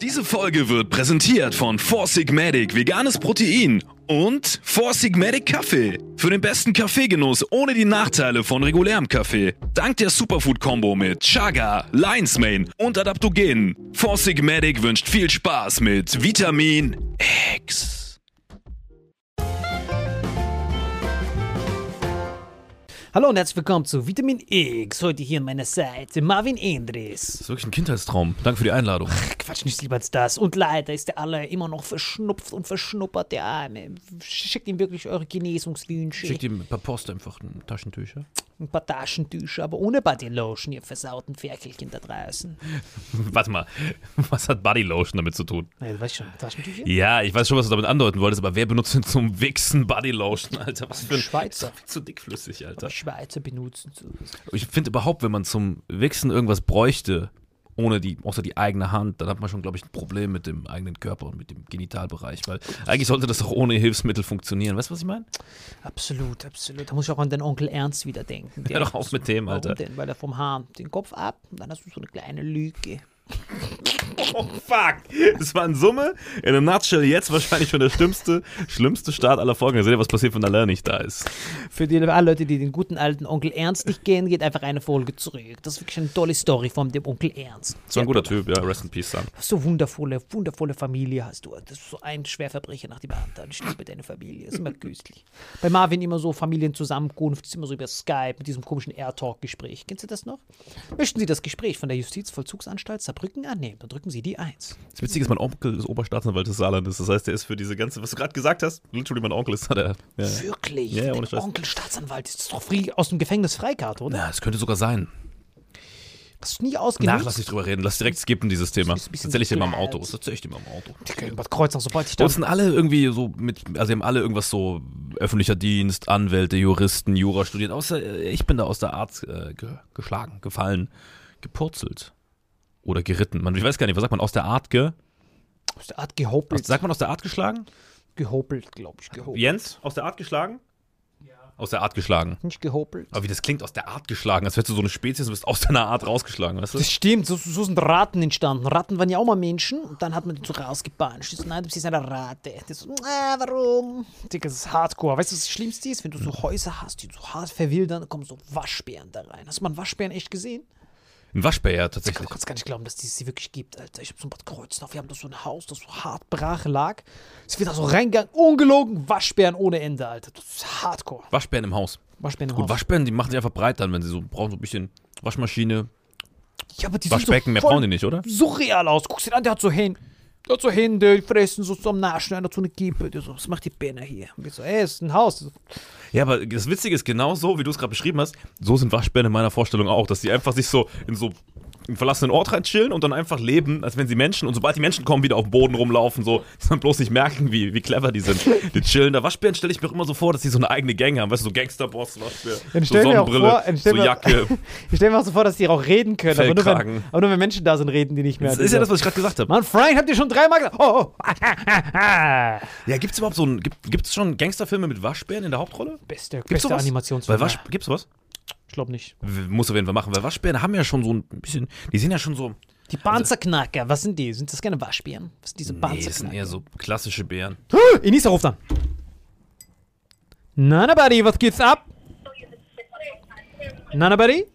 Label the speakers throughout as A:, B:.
A: Diese Folge wird präsentiert von Four Sigmatic veganes Protein und Four Sigmatic Kaffee. Für den besten Kaffeegenuss ohne die Nachteile von regulärem Kaffee. Dank der Superfood Combo mit Chaga, Lion's Mane und Adaptogen. Four Sigmatic wünscht viel Spaß mit Vitamin X.
B: Hallo und herzlich willkommen zu Vitamin X. Heute hier an meiner Seite Marvin Endres.
C: Das ist wirklich ein Kindheitstraum. Danke für die Einladung.
B: Quatsch, nichts lieber als das. Und leider ist der alle immer noch verschnupft und verschnuppert, der Arme. Schickt ihm wirklich eure Genesungswünsche.
C: ihm ein paar Post einfach ein Taschentücher.
B: ein paar Taschentücher, aber ohne Bodylotion, ihr versauten Ferkelchen da draußen.
C: Warte mal, was hat Bodylotion damit zu tun?
B: Ja, du weißt schon, Taschentücher?
C: Ja, ich weiß schon, was du damit andeuten wolltest, aber wer benutzt denn zum Wichsen Bodylotion, Alter? Was für ein
B: Schweizer.
C: Zu dickflüssig, Alter.
B: Schweizer benutzen so.
C: Ich finde überhaupt, wenn man zum Wichsen irgendwas bräuchte, ohne die, außer die eigene Hand, dann hat man schon, glaube ich, ein Problem mit dem eigenen Körper und mit dem Genitalbereich, weil eigentlich sollte das doch ohne Hilfsmittel funktionieren. Weißt du, was ich meine?
B: Absolut, absolut. Da muss ich auch an den Onkel Ernst wieder denken. Der
C: Hör doch auf mit dem,
B: Warum
C: Alter.
B: denn? Weil er vom Hahn den Kopf ab und dann hast du so eine kleine Lüge.
C: Oh, fuck. Das war in Summe, in einem Nutshell jetzt wahrscheinlich schon der schlimmste, schlimmste Start aller Folgen. Da seht ihr, was passiert, wenn Alain nicht da ist.
B: Für die alle Leute, die den guten alten Onkel Ernst nicht kennen, geht einfach eine Folge zurück. Das ist wirklich eine tolle Story von dem Onkel Ernst.
C: Das war ein guter Typ, ja. Rest in Peace, Sam.
B: So wundervolle, wundervolle Familie hast du. Das ist so ein Schwerverbrecher nach dem anderen. Ich liebe deine Familie. Ist immer köstlich. Bei Marvin immer so Familienzusammenkunft, ist immer so über Skype mit diesem komischen Air-Talk-Gespräch. Kennst du das noch? Möchten Sie das Gespräch von der Justizvollzugsanstalt Saarbrücken annehmen? Dann drücken Sie die 1.
C: Das Witzige ist, mein Onkel ist Oberstaatsanwalt des Saarlandes. Das heißt, der ist für diese ganze, was du gerade gesagt hast, literally mein Onkel ist da der. Ja.
B: Wirklich?
C: Ja, ja, ohne
B: Dein
C: Scheiß.
B: Onkel Staatsanwalt ist doch free aus dem Gefängnis Freikarte, oder?
C: Na, es könnte sogar sein.
B: Hast du nie ausgenutzt?
C: Nach, lass nicht drüber reden. Lass direkt skippen, dieses Thema.
B: ist ein
C: Das
B: bisschen
C: erzähl ich dir mal im
B: kalt.
C: Auto. Das erzähl ich dir mal im Auto.
B: Die können was kreuzen, sobald ich
C: Bei
B: da
C: uns sind alle irgendwie so mit, also die haben alle irgendwas so öffentlicher Dienst, Anwälte, Juristen, Jura studiert. Außer äh, ich bin da aus der Arzt äh, ge, geschlagen, gefallen, gepurzelt. Oder geritten. Man, ich weiß gar nicht, was sagt man? Aus der Art ge.
B: Aus der Art gehopelt.
C: Aus, sagt man aus der Art geschlagen?
B: Gehopelt, glaube ich. Gehopelt.
C: Jens? Aus der Art geschlagen? Ja. Also- Aus der Art geschlagen.
B: Nicht gehopelt.
C: Aber wie das klingt, aus der Art geschlagen. Als wärst du so eine Spezies und bist aus deiner Art rausgeschlagen, weißt du?
B: Das stimmt, so, so sind Ratten entstanden. Ratten waren ja auch mal Menschen und dann hat man die so rausgebanscht. Die So, nein, du bist eine Ratte. Die so, na, warum? Digga, das ist hardcore. Weißt du, was das Schlimmste ist? Wenn du so Häuser hast, die so hart verwildern, dann kommen so Waschbären da rein. Hast du mal einen Waschbären echt gesehen?
C: Ein Waschbär, ja,
B: Ich kann
C: tatsächlich.
B: kann's gar nicht glauben, dass es sie wirklich gibt, Alter. Ich hab so ein Bad Kreuznach. Wir haben da so ein Haus, das so hart brach lag. Es wird da so reingegangen, ungelogen, Waschbären ohne Ende, Alter. Das ist hardcore.
C: Waschbären im Haus.
B: Waschbären im
C: Gut,
B: Haus.
C: Waschbären, die machen sich einfach breit dann, wenn sie so brauchen, so ein bisschen Waschmaschine,
B: Ja, aber die
C: Waschbecken,
B: sind
C: mehr
B: so voll
C: brauchen die nicht, oder?
B: surreal aus. Guckst ihn an, der hat so Hände. Der hat so Hände, die fressen so zum Naschen, einer hat so eine Kippe. Der so, was macht die Bänner hier? Und wir so, ey, ist ein Haus.
C: Ja, aber das Witzige ist genau so, wie du es gerade beschrieben hast, so sind Waschbären in meiner Vorstellung auch, dass die einfach sich so in so einen verlassenen Ort rein chillen und dann einfach leben, als wenn sie Menschen und sobald die Menschen kommen, wieder auf dem Boden rumlaufen, so, dass man bloß nicht merken, wie, wie clever die sind. Die chillen. Da Waschbären stelle ich mir auch immer so vor, dass die so eine eigene Gang haben, weißt du, so Gangsterboss, Waschbär,
D: Dann
C: so
D: stell mir auch vor-
C: Sonnenbrille,
D: dann
C: so
D: stell mir-
C: Jacke.
D: Ich stelle mir auch so vor, dass die auch reden können. Aber nur,
C: Fellkragen.
D: wenn, aber nur wenn Menschen da sind, reden die nicht mehr.
C: Das ist ja das, was ich gerade gesagt habe.
D: Mann, Frank, habt ihr schon dreimal gesagt? Oh,
B: Ah,
D: oh.
C: Ja, gibt's überhaupt so einen, gibt es schon Gangsterfilme mit Waschbären in der Hauptrolle?
B: Beste,
C: Gibt's
B: beste Animationsfilm.
C: Weil Wasch, gibt's was?
D: Ich glaube nicht.
C: W- Muss auf jeden Fall machen, weil Waschbären haben ja schon so ein bisschen, die sind ja schon so,
B: Die Panzerknacker, was sind die? Sind das keine Waschbären? Was sind diese
C: Also- nee, das sind
B: Panzerknacker?
C: eher so klassische Bären.
D: Inisa ruft an. Nana Buddy, was geht's ab? Nana Buddy?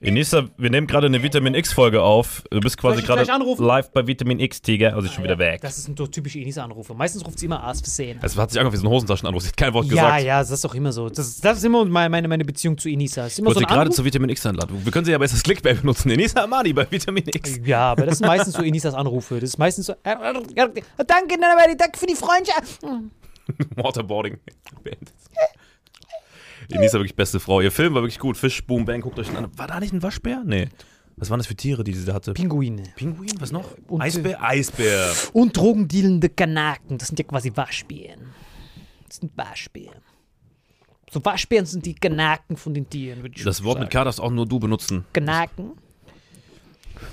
C: Inissa, wir nehmen gerade eine Vitamin X-Folge auf. Du bist
D: Soll
C: quasi
D: ich
C: gerade
D: gleich anrufen? Ah,
C: live bei Vitamin X, Tiger. Also ich schon wieder weg.
B: das sind so typische Enis-Anrufe. Meistens ruft sie immer aus Versehen.
C: Es hat sich angehört wie so ein Hosentaschenanruf. Sie hat kein Wort
D: Ja,
C: gesagt.
D: ja, das ist doch immer so. Das, das ist immer meine, meine, meine Beziehung zu Inisa. Ist
C: Ich
D: immer so ein
C: wollte gerade
D: Anruf.
C: zu Vitamin X einladen. Wir können sie ja aber jetzt als Clickbait benutzen. Inissa Amani bei Vitamin X.
D: Ja, aber das ist meistens so Inisas Anrufe. Das ist meistens so. äh,
B: Danke, Nana Mary, danke für die Freundschaft.
C: Waterboarding. Inissa wirklich beste Frau. Ihr Film war wirklich gut. Fisch, Boom, Bang, guckt euch den an. War da nicht ein Waschbär? Nee. Was waren das für Tiere, die sie da hatte?
B: Pinguine.
C: Pinguin? Was noch?
B: Und-
C: Eisbär? Eisbär.
B: Und drogendealende Kanaken. Das sind ja quasi Waschbären. Das sind Waschbären. So Waschbären sind die Kanaken von den Tieren, würde ich
C: Das Wort
B: sagen.
C: mit K darfst auch nur du benutzen.
B: Knacken.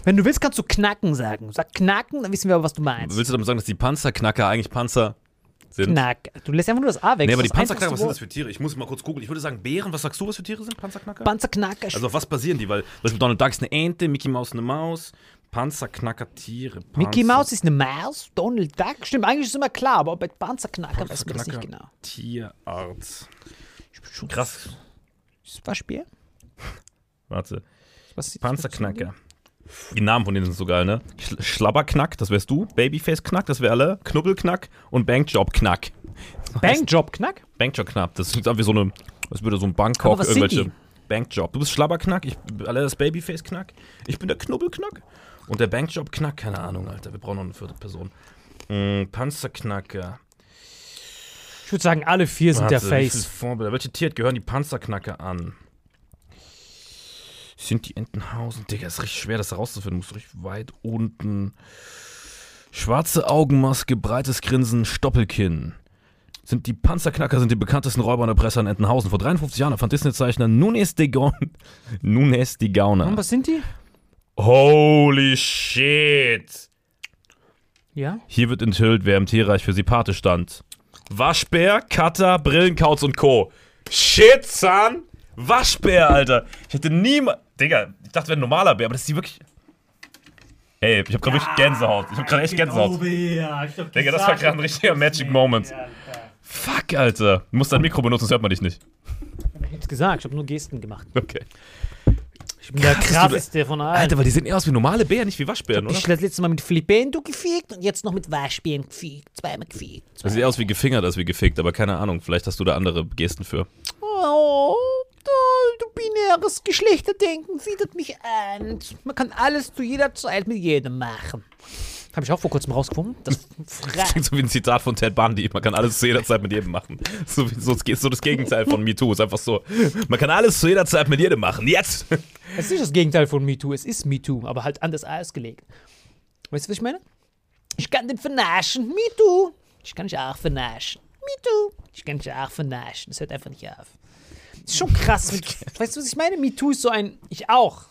B: Wenn du willst, kannst du knacken sagen. Sag knacken, dann wissen wir aber, was du meinst.
C: Willst du damit sagen, dass die Panzerknacker eigentlich Panzer sind?
B: Knack. Du lässt einfach nur das A weg.
C: Nee, aber
B: Das
C: die
B: ist das
C: Panzerknacker, was
B: einfachste
C: sind das für Tiere? Ich muss mal kurz googeln. Ich würde sagen, Bären, was sagst du, was für Tiere sind Panzerknacker?
B: Wort. Panzerknacker.
C: also auf was basieren die? Weil zum Beispiel Donald Duck ist eine Ente, Mickey Mouse eine Maus, Panzerknacker Tiere. Panzer,
B: Mickey Mouse ist eine Maus, Donald Duck. Stimmt, eigentlich ist es immer klar, aber bei Panzerknacker weiß man das nicht genau.
C: Tierart.
B: Ich bin schon
C: Krass.
B: Ist Waschbär?
C: Warte.
B: Was ist
C: Panzerknacker. Die Namen von denen sind so geil, ne? Sch Schlabberknack, das wärst du. Babyface-Knack, das wär alle. Knubbelknack und Bankjob-Knack.
D: Bankjob, knack.
C: Bankjob-Knack, das ist einfach wie so eine, als würde so ein Bangkok
B: was sind
C: irgendwelche.
B: die?
C: Bankjob. Du bist Schlabberknack, ich alle das Babyface-Knack. Ich bin der Knubbelknack und der Bankjob-Knack, keine Ahnung, Alter. Wir brauchen noch eine vierte Person. Mm, Panzerknacker.
D: Ich würde sagen, alle vier sind der
C: Warte, wie viele
D: Face.
C: Vorbilder. Welche Tier gehören die Panzerknacker an? Sind die Entenhausen? Digga, ist richtig schwer, das herauszufinden. Musst du richtig weit unten. Schwarze Augenmaske, breites Grinsen, Stoppelkinn. Sind die Panzerknacker sind die bekanntesten Räuber und Erpresser in Entenhausen. Vor 53 Jahren erfand Disney-Zeichner Nunes de Gaun. Nunes de
D: Und
C: Gauna.
D: was sind die?
C: Holy shit!
D: Ja.
C: Hier wird enthüllt, wer im Tierreich für sie Pate stand. Waschbär, Cutter, Brillenkauz und Co. Shit, son! Waschbär, Alter! Ich hätte niemals. Digga, ich dachte, wäre ein normaler Bär, aber das ist die wirklich. Ey, ich hab grad wirklich Gänsehaut. Ich hab grad echt Gänsehaut. Digga, das war gerade ein richtiger Magic Moment. Fuck, Alter. Du musst dein Mikro benutzen, sonst hört man dich nicht.
D: Ich hab's gesagt, ich habe nur Gesten gemacht.
C: Okay.
D: Ich bin der
C: Krass, dass du-
D: krasseste von allen.
C: Alter, weil die sehen eher aus wie normale Bären, nicht wie Waschbären, oder?
B: Ich habe letztes Mal mit Filipendo gefiegt und jetzt noch mit Waschbären gefiegt. Zweimal gefiegt.
C: Das sieht eher aus wie gefingert als wie gefickt, aber keine Ahnung. Vielleicht hast du da andere Gesten für.
B: Oh, du, du binäres Geschlechterdenken widert mich an. Man kann alles zu jeder Zeit mit jedem machen.
D: Habe ich auch vor kurzem rausgefunden.
B: Das fragt.
C: Klingt so wie ein Zitat von Ted Bundy. Man kann alles zu jeder Zeit mit jedem machen. So, wie- so, so das Gegenteil von MeToo. Ist einfach so. Man kann alles zu jeder Zeit mit jedem machen. Jetzt!
D: Es ist nicht das Gegenteil von MeToo, es ist MeToo, aber halt anders ausgelegt. Weißt du, was ich meine?
B: Ich kann den vernaschen. Me too. Ich kann dich auch vernaschen. Me too. Ich kann dich auch vernaschen. Das hört einfach nicht auf. Das ist schon krass. weißt du, was ich meine? Me too ist so ein Ich auch.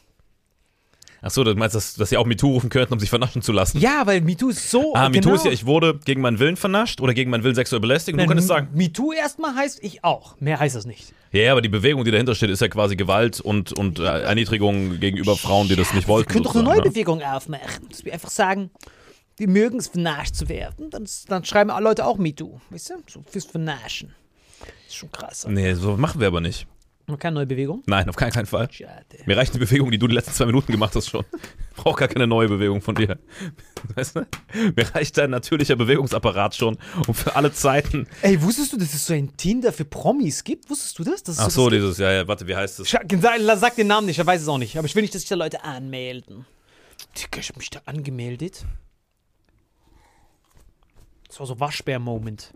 C: Achso, du meinst, dass, dass sie auch MeToo rufen könnten, um sich vernaschen zu lassen?
E: Ja, weil MeToo ist so.
C: ah, MeToo
E: genau.
C: ist ja, ich wurde gegen meinen Willen vernascht oder gegen meinen Willen sexuell belästigt. Und du
B: Mhm.
C: könntest sagen,
E: MeToo erstmal heißt ich auch. Mehr heißt das nicht.
C: ja, ja, aber die Bewegung, die dahinter steht, ist ja quasi Gewalt und, und äh, Erniedrigung gegenüber Frauen, die das nicht
B: Wir
C: wollten.
B: können doch eine neue
C: sozusagen, ne?
B: Bewegung aufmachen. Dass wir einfach sagen, wir mögen es, vernascht zu werden. Dann, dann schreiben alle Leute auch MeToo. Weißt du? So fürs Vernaschen. Ist schon krass.
C: ne? Nee, so machen wir aber nicht.
B: Man kann neue Bewegung.
C: Nein, auf keinen, keinen Fall.
B: Schade.
C: Mir reicht die Bewegung, die du die letzten zwei Minuten gemacht hast schon. Ich brauche gar keine neue Bewegung von dir. Weißt du? Mir reicht dein natürlicher Bewegungsapparat schon, um für alle Zeiten.
B: Ey, wusstest du, dass es so ein Tinder für Promis gibt? Wusstest du das? das
C: Ach so, dieses, ja, ja, warte, wie heißt das?
B: Sag, sag den Namen nicht, er weiß es auch nicht. Aber ich will nicht, dass sich da Leute anmelden. Digga, ich hab mich da angemeldet. Das war so Waschbär-Moment.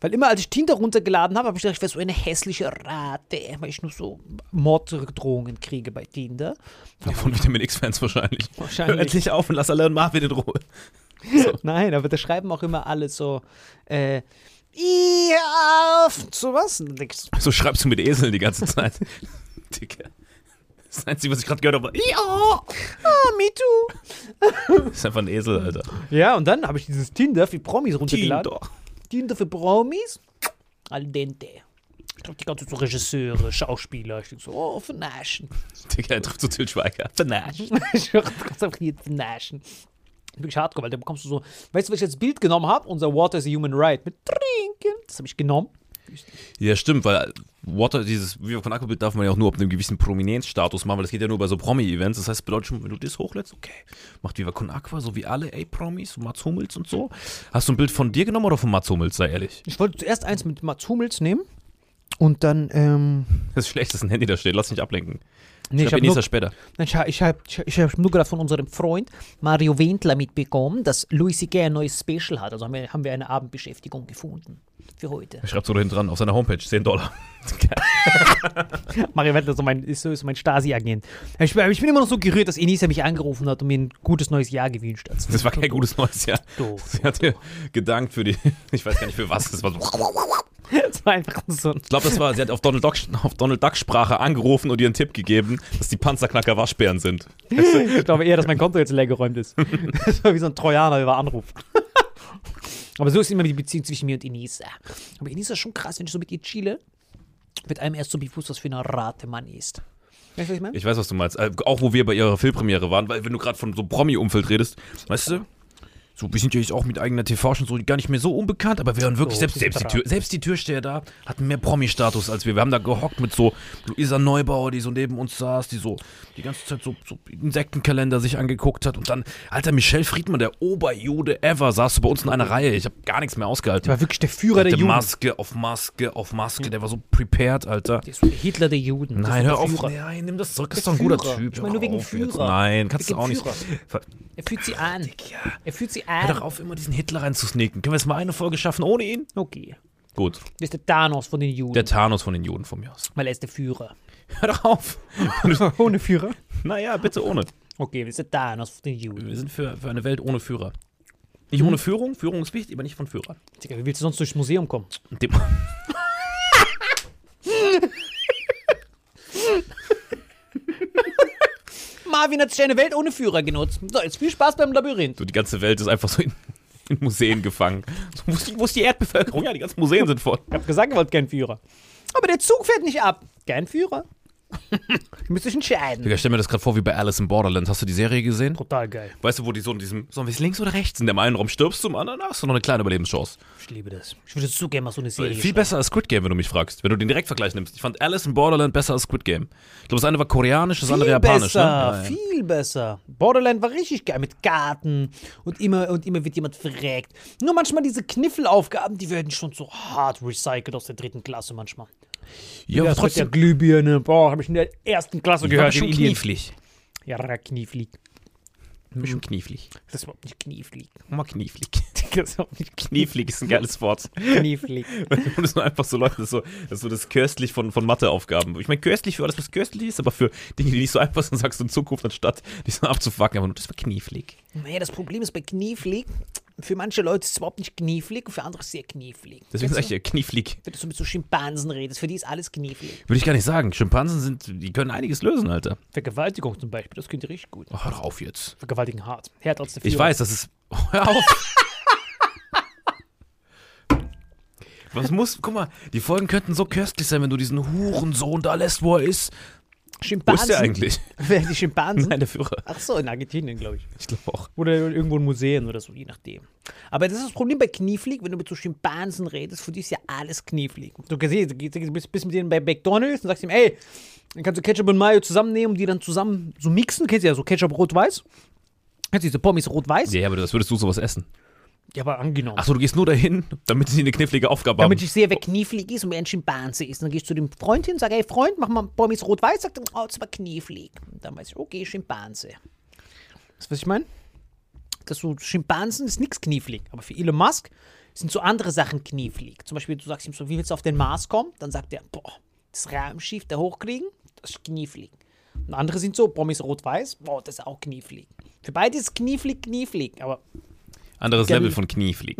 B: Weil immer, als ich Tinder runtergeladen habe, habe ich gedacht, ich wäre so eine hässliche Rate, weil ich nur so Morddrohungen kriege bei Tinder.
C: Von Vitamin X-Fans wahrscheinlich.
B: Wahrscheinlich.
C: Hör endlich auf und lass alle und Marvin in Ruhe.
B: Nein, aber da schreiben auch immer alle so, äh, "Ih, auf, sowas. Und dann denk ich so,
C: So schreibst du mit Eseln die ganze Zeit. Dicker. Das Einzige, was ich gerade gehört habe, war, "Ih",
B: "Ih, oh, ah, me too.
C: ist einfach ein Esel, Alter.
E: Ja, und dann
B: Dann habe ich dieses Tinder für Promis runtergeladen.
C: Kinder.
B: Tinder für Promis? Al dente. Ich glaub, die ganze Zeit so Regisseure, Schauspieler. Ich denk so, oh, vernaschen.
C: Dicker, er trifft so Til Schweiger.
B: Vernaschen. ich höre ganz einfach hier vernaschen. Wirklich hardcore, weil da bekommst du so, weißt du, was ich als Bild genommen habe? Unser Water is a Human Right mit Trinken. Das habe ich genommen.
C: Ja, stimmt, weil Water, dieses Video von Aquabild darf man ja auch nur ab einem gewissen Prominenzstatus machen, weil das geht ja nur bei so Promi-Events. Das heißt, bedeutet schon, wenn du das hochlädst, okay, macht Viva Con Aqua, so wie alle, ey, Promis, so Mats Hummels und so. Hast du ein Bild von dir genommen oder von Mats Hummels, sei ehrlich?
B: Ich wollte zuerst eins mit Mats Hummels nehmen. Und dann, ähm,
C: Das ist schlecht, dass ein Handy da steht, lass mich ablenken.
B: nee,
C: ich
B: ich habe
C: hab ihn
B: nur,
C: erst später.
B: ich hab, ich hab, ich hab nur gerade von unserem Freund Mario Wendler mitbekommen, dass Louis C.K. ein neues Special hat. Also haben wir, haben wir eine Abendbeschäftigung gefunden für heute.
C: Er schreibt so da hinten dran, auf seiner Homepage, 10 Dollar.
B: Mario Wettler ist so mein, ist so ist so mein Stasi-Agent. Ich, bin- ich bin immer noch so gerührt, dass Enisa mich angerufen hat und mir ein gutes neues Jahr gewünscht hat.
C: Das war kein gutes neues Jahr.
B: Doof.
C: Sie hat dir gedankt für die, ich weiß gar nicht für was, das war so.
B: Das war einfach so ein
C: Ich glaube, das war, sie hat auf Donald, Duck, auf Donald Duck Sprache angerufen und ihren Tipp gegeben, dass die Panzerknacker Waschbären sind.
E: Ich glaube eher, dass mein Konto jetzt leer geräumt ist. Das war wie so ein Trojaner über Anruf.
B: Aber so ist immer die Beziehung zwischen mir und Enisa. Aber Enisa ist schon krass, wenn ich so mit ihr chille, wird einem erst so bewusst, was für eine Rate man ist. Weißt du, was ich meine?
C: Ich weiß, was du meinst. Äh, auch wo wir bei ihrer Filmpremiere waren, weil wenn du gerade von so einem Promi-Umfeld redest, weißt du, so, wir sind ja jetzt auch mit eigener TV schon so gar nicht mehr so unbekannt, aber wir waren wirklich, selbst, selbst, die, Tür, selbst die Türsteher da hatten mehr Promi-Status als wir. Wir haben da gehockt mit so Luisa Neubauer, die so neben uns saß, die so die ganze Zeit so, so Insektenkalender sich angeguckt hat und dann, alter, Michelle Friedmann, der Oberjude ever, saß so bei uns in einer Reihe. Ich habe gar nichts mehr ausgehalten.
E: War wirklich der Führer der
C: Hatte
E: Jugend.
C: Maske auf Maske auf Maske, der war so prepared, alter.
B: Der ist so der Hitler der Juden.
C: Nein,
B: der
C: hör
B: ist der
C: auf.
B: Führer.
C: Nein, nimm das zurück. Ist
B: Der
C: doch ein guter
B: Führer.
C: Typ.
B: Ich meine,
C: Hör
B: nur wegen
C: auf jetzt.
B: Führer.
C: Nein, kannst du
B: Wegen
C: auch nicht.
B: Führer.
C: Ver-
B: Er fühlt sie an. Er fühlt sie
C: Hör doch
B: an.
C: auf, immer diesen Hitler reinzusneaken. Können wir jetzt mal eine Folge schaffen ohne ihn?
B: Okay.
C: Gut.
B: Das ist der Thanos von den Juden,
C: Der Thanos von den Juden von mir aus.
B: weil er ist der Führer.
C: Hör doch auf.
E: Ohne Führer.
C: naja, bitte ohne.
B: Okay, das ist der Thanos von den Juden.
C: Wir sind für, für eine Welt ohne Führer. Nicht ohne Führung. Führung ist wichtig, aber nicht von Führern.
B: Digga, wie willst du sonst durchs Museum kommen?
C: Und Dem
B: Marvin hat sich eine Welt ohne Führer genutzt. So, jetzt viel Spaß beim Labyrinth.
C: so, die ganze Welt ist einfach so in, in Museen gefangen. So, wo, ist die, wo ist die Erdbevölkerung? Ja, die ganzen Museen sind voll.
E: Ich hab gesagt, ihr wollt keinen Führer.
B: Aber der Zug fährt nicht ab. Kein Führer. Müsst euch entscheiden.
C: Digga, stell mir das gerade vor wie bei Alice in Borderland. Hast du die Serie gesehen?
E: Total geil.
C: Weißt du, wo die so in diesem, sollen wir es links oder rechts? In dem einen Raum stirbst du, im anderen hast du noch eine kleine Überlebenschance.
B: Ich liebe das. Ich würde so gerne mal so eine Serie.
C: Viel besser als Squid Game, wenn du mich fragst. Wenn du den Direktvergleich nimmst. Ich fand Alice in Borderland besser als Squid Game. Ich glaube, das eine war koreanisch, das andere
B: viel
C: japanisch.
B: besser,
C: ne? Ja, ja.
B: viel besser. Borderland war richtig geil mit Garten und immer und immer wird jemand verreckt. Nur manchmal diese Kniffelaufgaben, die werden schon so hart recycelt aus der dritten Klasse manchmal.
C: Ja, aber
B: das mit der
C: trotzdem.
B: Glühbirne, boah, habe ich in der ersten Klasse
C: Ich war
B: gehört in
C: schon
B: Indien.
C: knieflig.
B: Ja, Knieflieg.
C: Ich war
B: Mhm.
C: Schon knieflig.
B: Das ist überhaupt nicht Knieflieg.
C: Mal knieflig.
B: Das ist überhaupt nicht
C: Knieflig ist ein geiles Wort.
B: Knieflieg.
C: Und es nur einfach so Leute, das ist so das, ist so das Köstlich von, von Matheaufgaben. Ich meine, köstlich für alles, was köstlich ist, aber für Dinge, die nicht so einfach sind, sagst du in Zukunft, anstatt dich so abzufacken, aber nur, das war knieflig.
B: Naja, das Problem ist bei Knieflieg, Für manche Leute ist es überhaupt nicht knieflig und für andere sehr knieflig.
C: Deswegen sage
B: Kennst
C: ich ja Knieflieg.
B: du, wenn du so mit so Schimpansen redest, für die ist alles knieflig.
C: Würde ich gar nicht sagen. Schimpansen sind, die können einiges lösen, Alter.
B: Vergewaltigung zum Beispiel, das könnt ihr richtig gut.
C: Oh, hör doch auf jetzt.
B: Vergewaltigen hart. Härter als der
C: Ich
B: Führer.
C: weiß, das ist. Oh, hör auf! Was muss. Guck mal, die Folgen könnten so köstlich sein, wenn du diesen Hurensohn da lässt, wo er ist. Wo
B: Schimpansen.
C: ist der eigentlich?
B: Wer die Schimpansen?
C: Nein, der Führer.
B: Ach so, in Argentinien, glaube ich.
C: Ich glaube auch.
B: Oder irgendwo in Museen oder so, je nachdem. Aber das ist das Problem bei Knieflieg, wenn du mit so Schimpansen redest, für die ist ja alles Knieflieg. Du siehst, du bist, bist mit denen bei McDonalds und sagst ihm, ey, dann kannst du Ketchup und Mayo zusammennehmen und die dann zusammen so mixen. Kennst du ja so Ketchup rot-weiß? Kennst du diese Pommes rot-weiß?
C: Ja, aber das würdest du sowas essen.
B: Ja, aber angenommen.
C: Achso, du gehst nur dahin, damit sie eine knifflige Aufgabe
B: Damit
C: haben.
B: ich sehe, wer knieflieg ist und wer ein Schimpanse ist. Und dann gehst du zu dem Freund hin und sagst, ey Freund, mach mal Pommes rot-weiß. Sagt er, oh, das war knieflieg. Und dann weiß ich, okay, Schimpanse. Weißt du, was ich meine? Das so Schimpansen ist nichts knieflieg. Aber für Elon Musk sind so andere Sachen knieflieg. Zum Beispiel, du sagst ihm so, wie willst du auf den Mars kommen? Dann sagt er, boah, das Raumschiff da hochkriegen, das ist knieflieg. Und andere sind so, Pommes rot-weiß, boah, das ist auch knieflieg. Für beide ist knieflieg, knieflieg. Aber
C: Anderes
B: Gen-
C: Level von Knieflieg.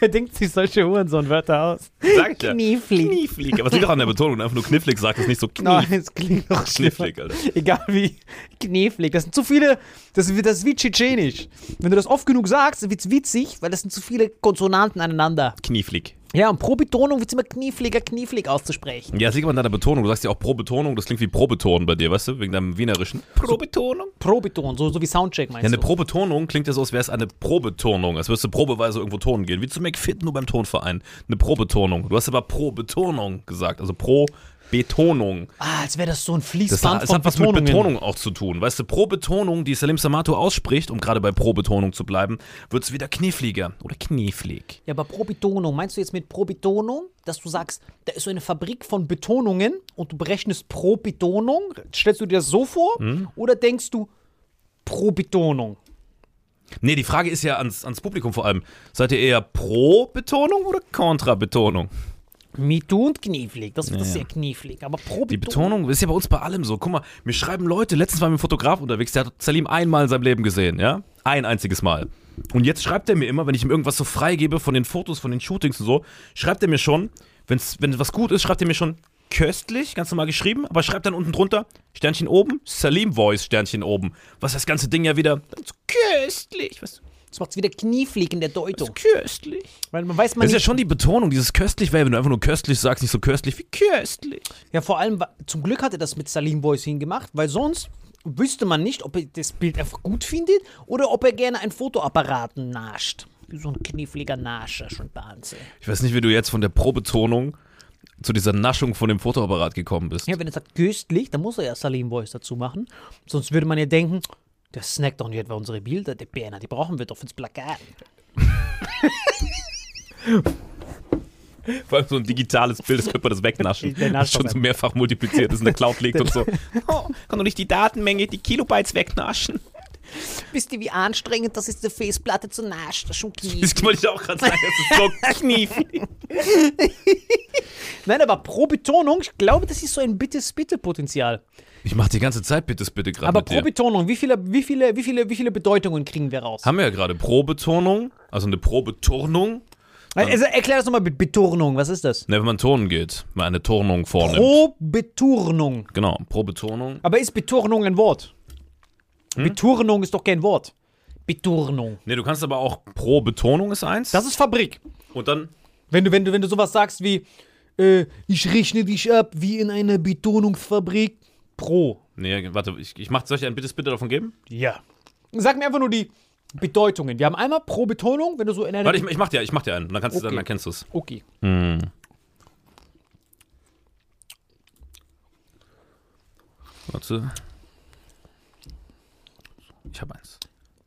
B: wer denkt sich solche Hurensohn-Wörter aus?
C: Sag ich ja.
B: Knieflieg.
C: Knieflieg. Aber es liegt doch an der Betonung. Einfach nur knifflig sagt es nicht so knieflig.
B: Nein, es klingt noch
C: Knifflig,
B: schlimmer.
C: Alter.
B: Egal wie knifflig. Das sind zu viele. Das, ist wie- das ist wie Tschetschenisch. Wenn du das oft genug sagst, wird's witzig, weil das sind zu viele Konsonanten aneinander.
C: Knieflieg.
B: Ja, und pro Betonung wird's immer kniefliger, knieflig auszusprechen.
C: Ja, das liegt aber an deiner Betonung. Du sagst ja auch pro Betonung. Das klingt wie Probeton bei dir, weißt du? Wegen deinem Wienerischen. Pro Betonung?
B: Pro Beton, so, so wie Soundcheck meinst
C: Ja, ne, eine
B: du.
C: Probetonung klingt ja so, als wäre es eine Probetonung. Als würdest du probeweise irgendwo tonen gehen. Wie zu McFit, nur beim Tonverein. Eine Probetonung. Du hast aber Probetonung gesagt. Also pro Betonung.
B: ah, als wäre das so ein
C: Das
B: Fließband
C: hat, es
B: von
C: hat was mit
B: Betonungen.
C: Betonung auch zu tun. Weißt du, pro Betonung, die Salim Samato ausspricht, um gerade bei Probetonung zu bleiben, wird es wieder Knieflieger oder Knieflieg.
B: Ja, aber pro Betonung. Meinst du jetzt mit pro Betonung, dass du sagst, da ist so eine Fabrik von Betonungen und du berechnest pro Betonung? Stellst du dir das so vor?
C: Mhm.
B: Oder denkst du pro Betonung?
C: Nee, die Frage ist ja ans, ans Publikum vor allem. Seid ihr eher pro Betonung oder kontra Betonung?
B: MeToo und knieflig. Das wird das sehr knieflig. Aber pro
C: Die Betonung ist ja bei uns bei allem so. Guck mal, mir schreiben Leute, letztens war mir ein Fotograf unterwegs, der hat Salim einmal in seinem Leben gesehen, ja? Ein einziges Mal. Und jetzt schreibt er mir immer, wenn ich ihm irgendwas so freigebe von den Fotos, von den Shootings und so, schreibt er mir schon, wenn's, wenn was gut ist, schreibt er mir schon köstlich, ganz normal geschrieben, aber schreibt dann unten drunter, Sternchen oben, Salim Voice, Sternchen oben. Was das ganze Ding ja wieder, das ist köstlich, was
B: Das macht es wieder knieflig in der Deutung.
C: köstlich.
B: Weil man weiß man
C: Das ist ja
B: nicht.
C: schon die Betonung, dieses köstlich wäre, wenn du einfach nur köstlich sagst, nicht so köstlich wie köstlich.
B: Ja, vor allem, wa- zum Glück hat er das mit Salim Boys hingemacht, weil sonst wüsste man nicht, ob er das Bild einfach gut findet oder ob er gerne einen Fotoapparat nascht. Wie so ein kniefliger Nascher, schon Wahnsinn.
C: Ich weiß nicht, wie du jetzt von der Probetonung zu dieser Naschung von dem Fotoapparat gekommen bist.
B: Ja, wenn er sagt köstlich, dann muss er ja Salim Boys dazu machen. Sonst würde man ja denken, der snackt doch nicht etwa unsere Bilder, der Berner, die brauchen wir doch fürs Plakat.
C: Vor allem so ein digitales Bild, das könnte man das wegnaschen.
B: Der nascht
C: Das schon
B: das
C: so mehrfach multipliziert ist, in der Cloud liegt und so. Oh, kann doch nicht die Datenmenge, die Kilobytes wegnaschen.
B: Wisst ihr, wie anstrengend das ist, eine Festplatte zu naschen? Das ist schon knieflig.
C: Das wollte ich auch gerade sagen, das ist so knieflig.
B: Nein, aber pro Betonung, ich glaube, das ist so ein Bitte-Bitte-Potenzial.
C: Ich mache die ganze Zeit bitte, bitte gerade
B: Aber
C: mit
B: pro
C: dir.
B: Betonung, wie viele, wie, viele, wie, viele, wie viele Bedeutungen kriegen wir raus?
C: Haben wir ja gerade Probetonung, also eine Probeturnung.
B: Also, erklär das nochmal mit Betonung, was ist das?
C: Ne, wenn man turnen geht, mal eine Turnung vornimmt.
B: Pro Betonung.
C: genau, Probetonung.
B: Aber ist Betonung ein Wort? Betonung ist doch kein Wort. Betonung.
C: Ne, du kannst aber auch Probetonung ist eins.
B: Das ist Fabrik.
C: und dann
B: Wenn du, wenn du, wenn du sowas sagst wie, äh, ich rechne dich ab wie in einer Betonungsfabrik. Pro.
C: Nee, ne, warte, ich, ich mach, soll ich ein bittes bitte davon geben?
B: Ja. Sag mir einfach nur die Bedeutungen. Wir haben einmal pro Betonung, wenn du so in einer.
C: Warte, ich, ich mach dir, ich mach dir einen. Dann kannst du,
B: Okay.
C: dann erkennst du es.
B: okay.
C: Warte. Ich habe eins.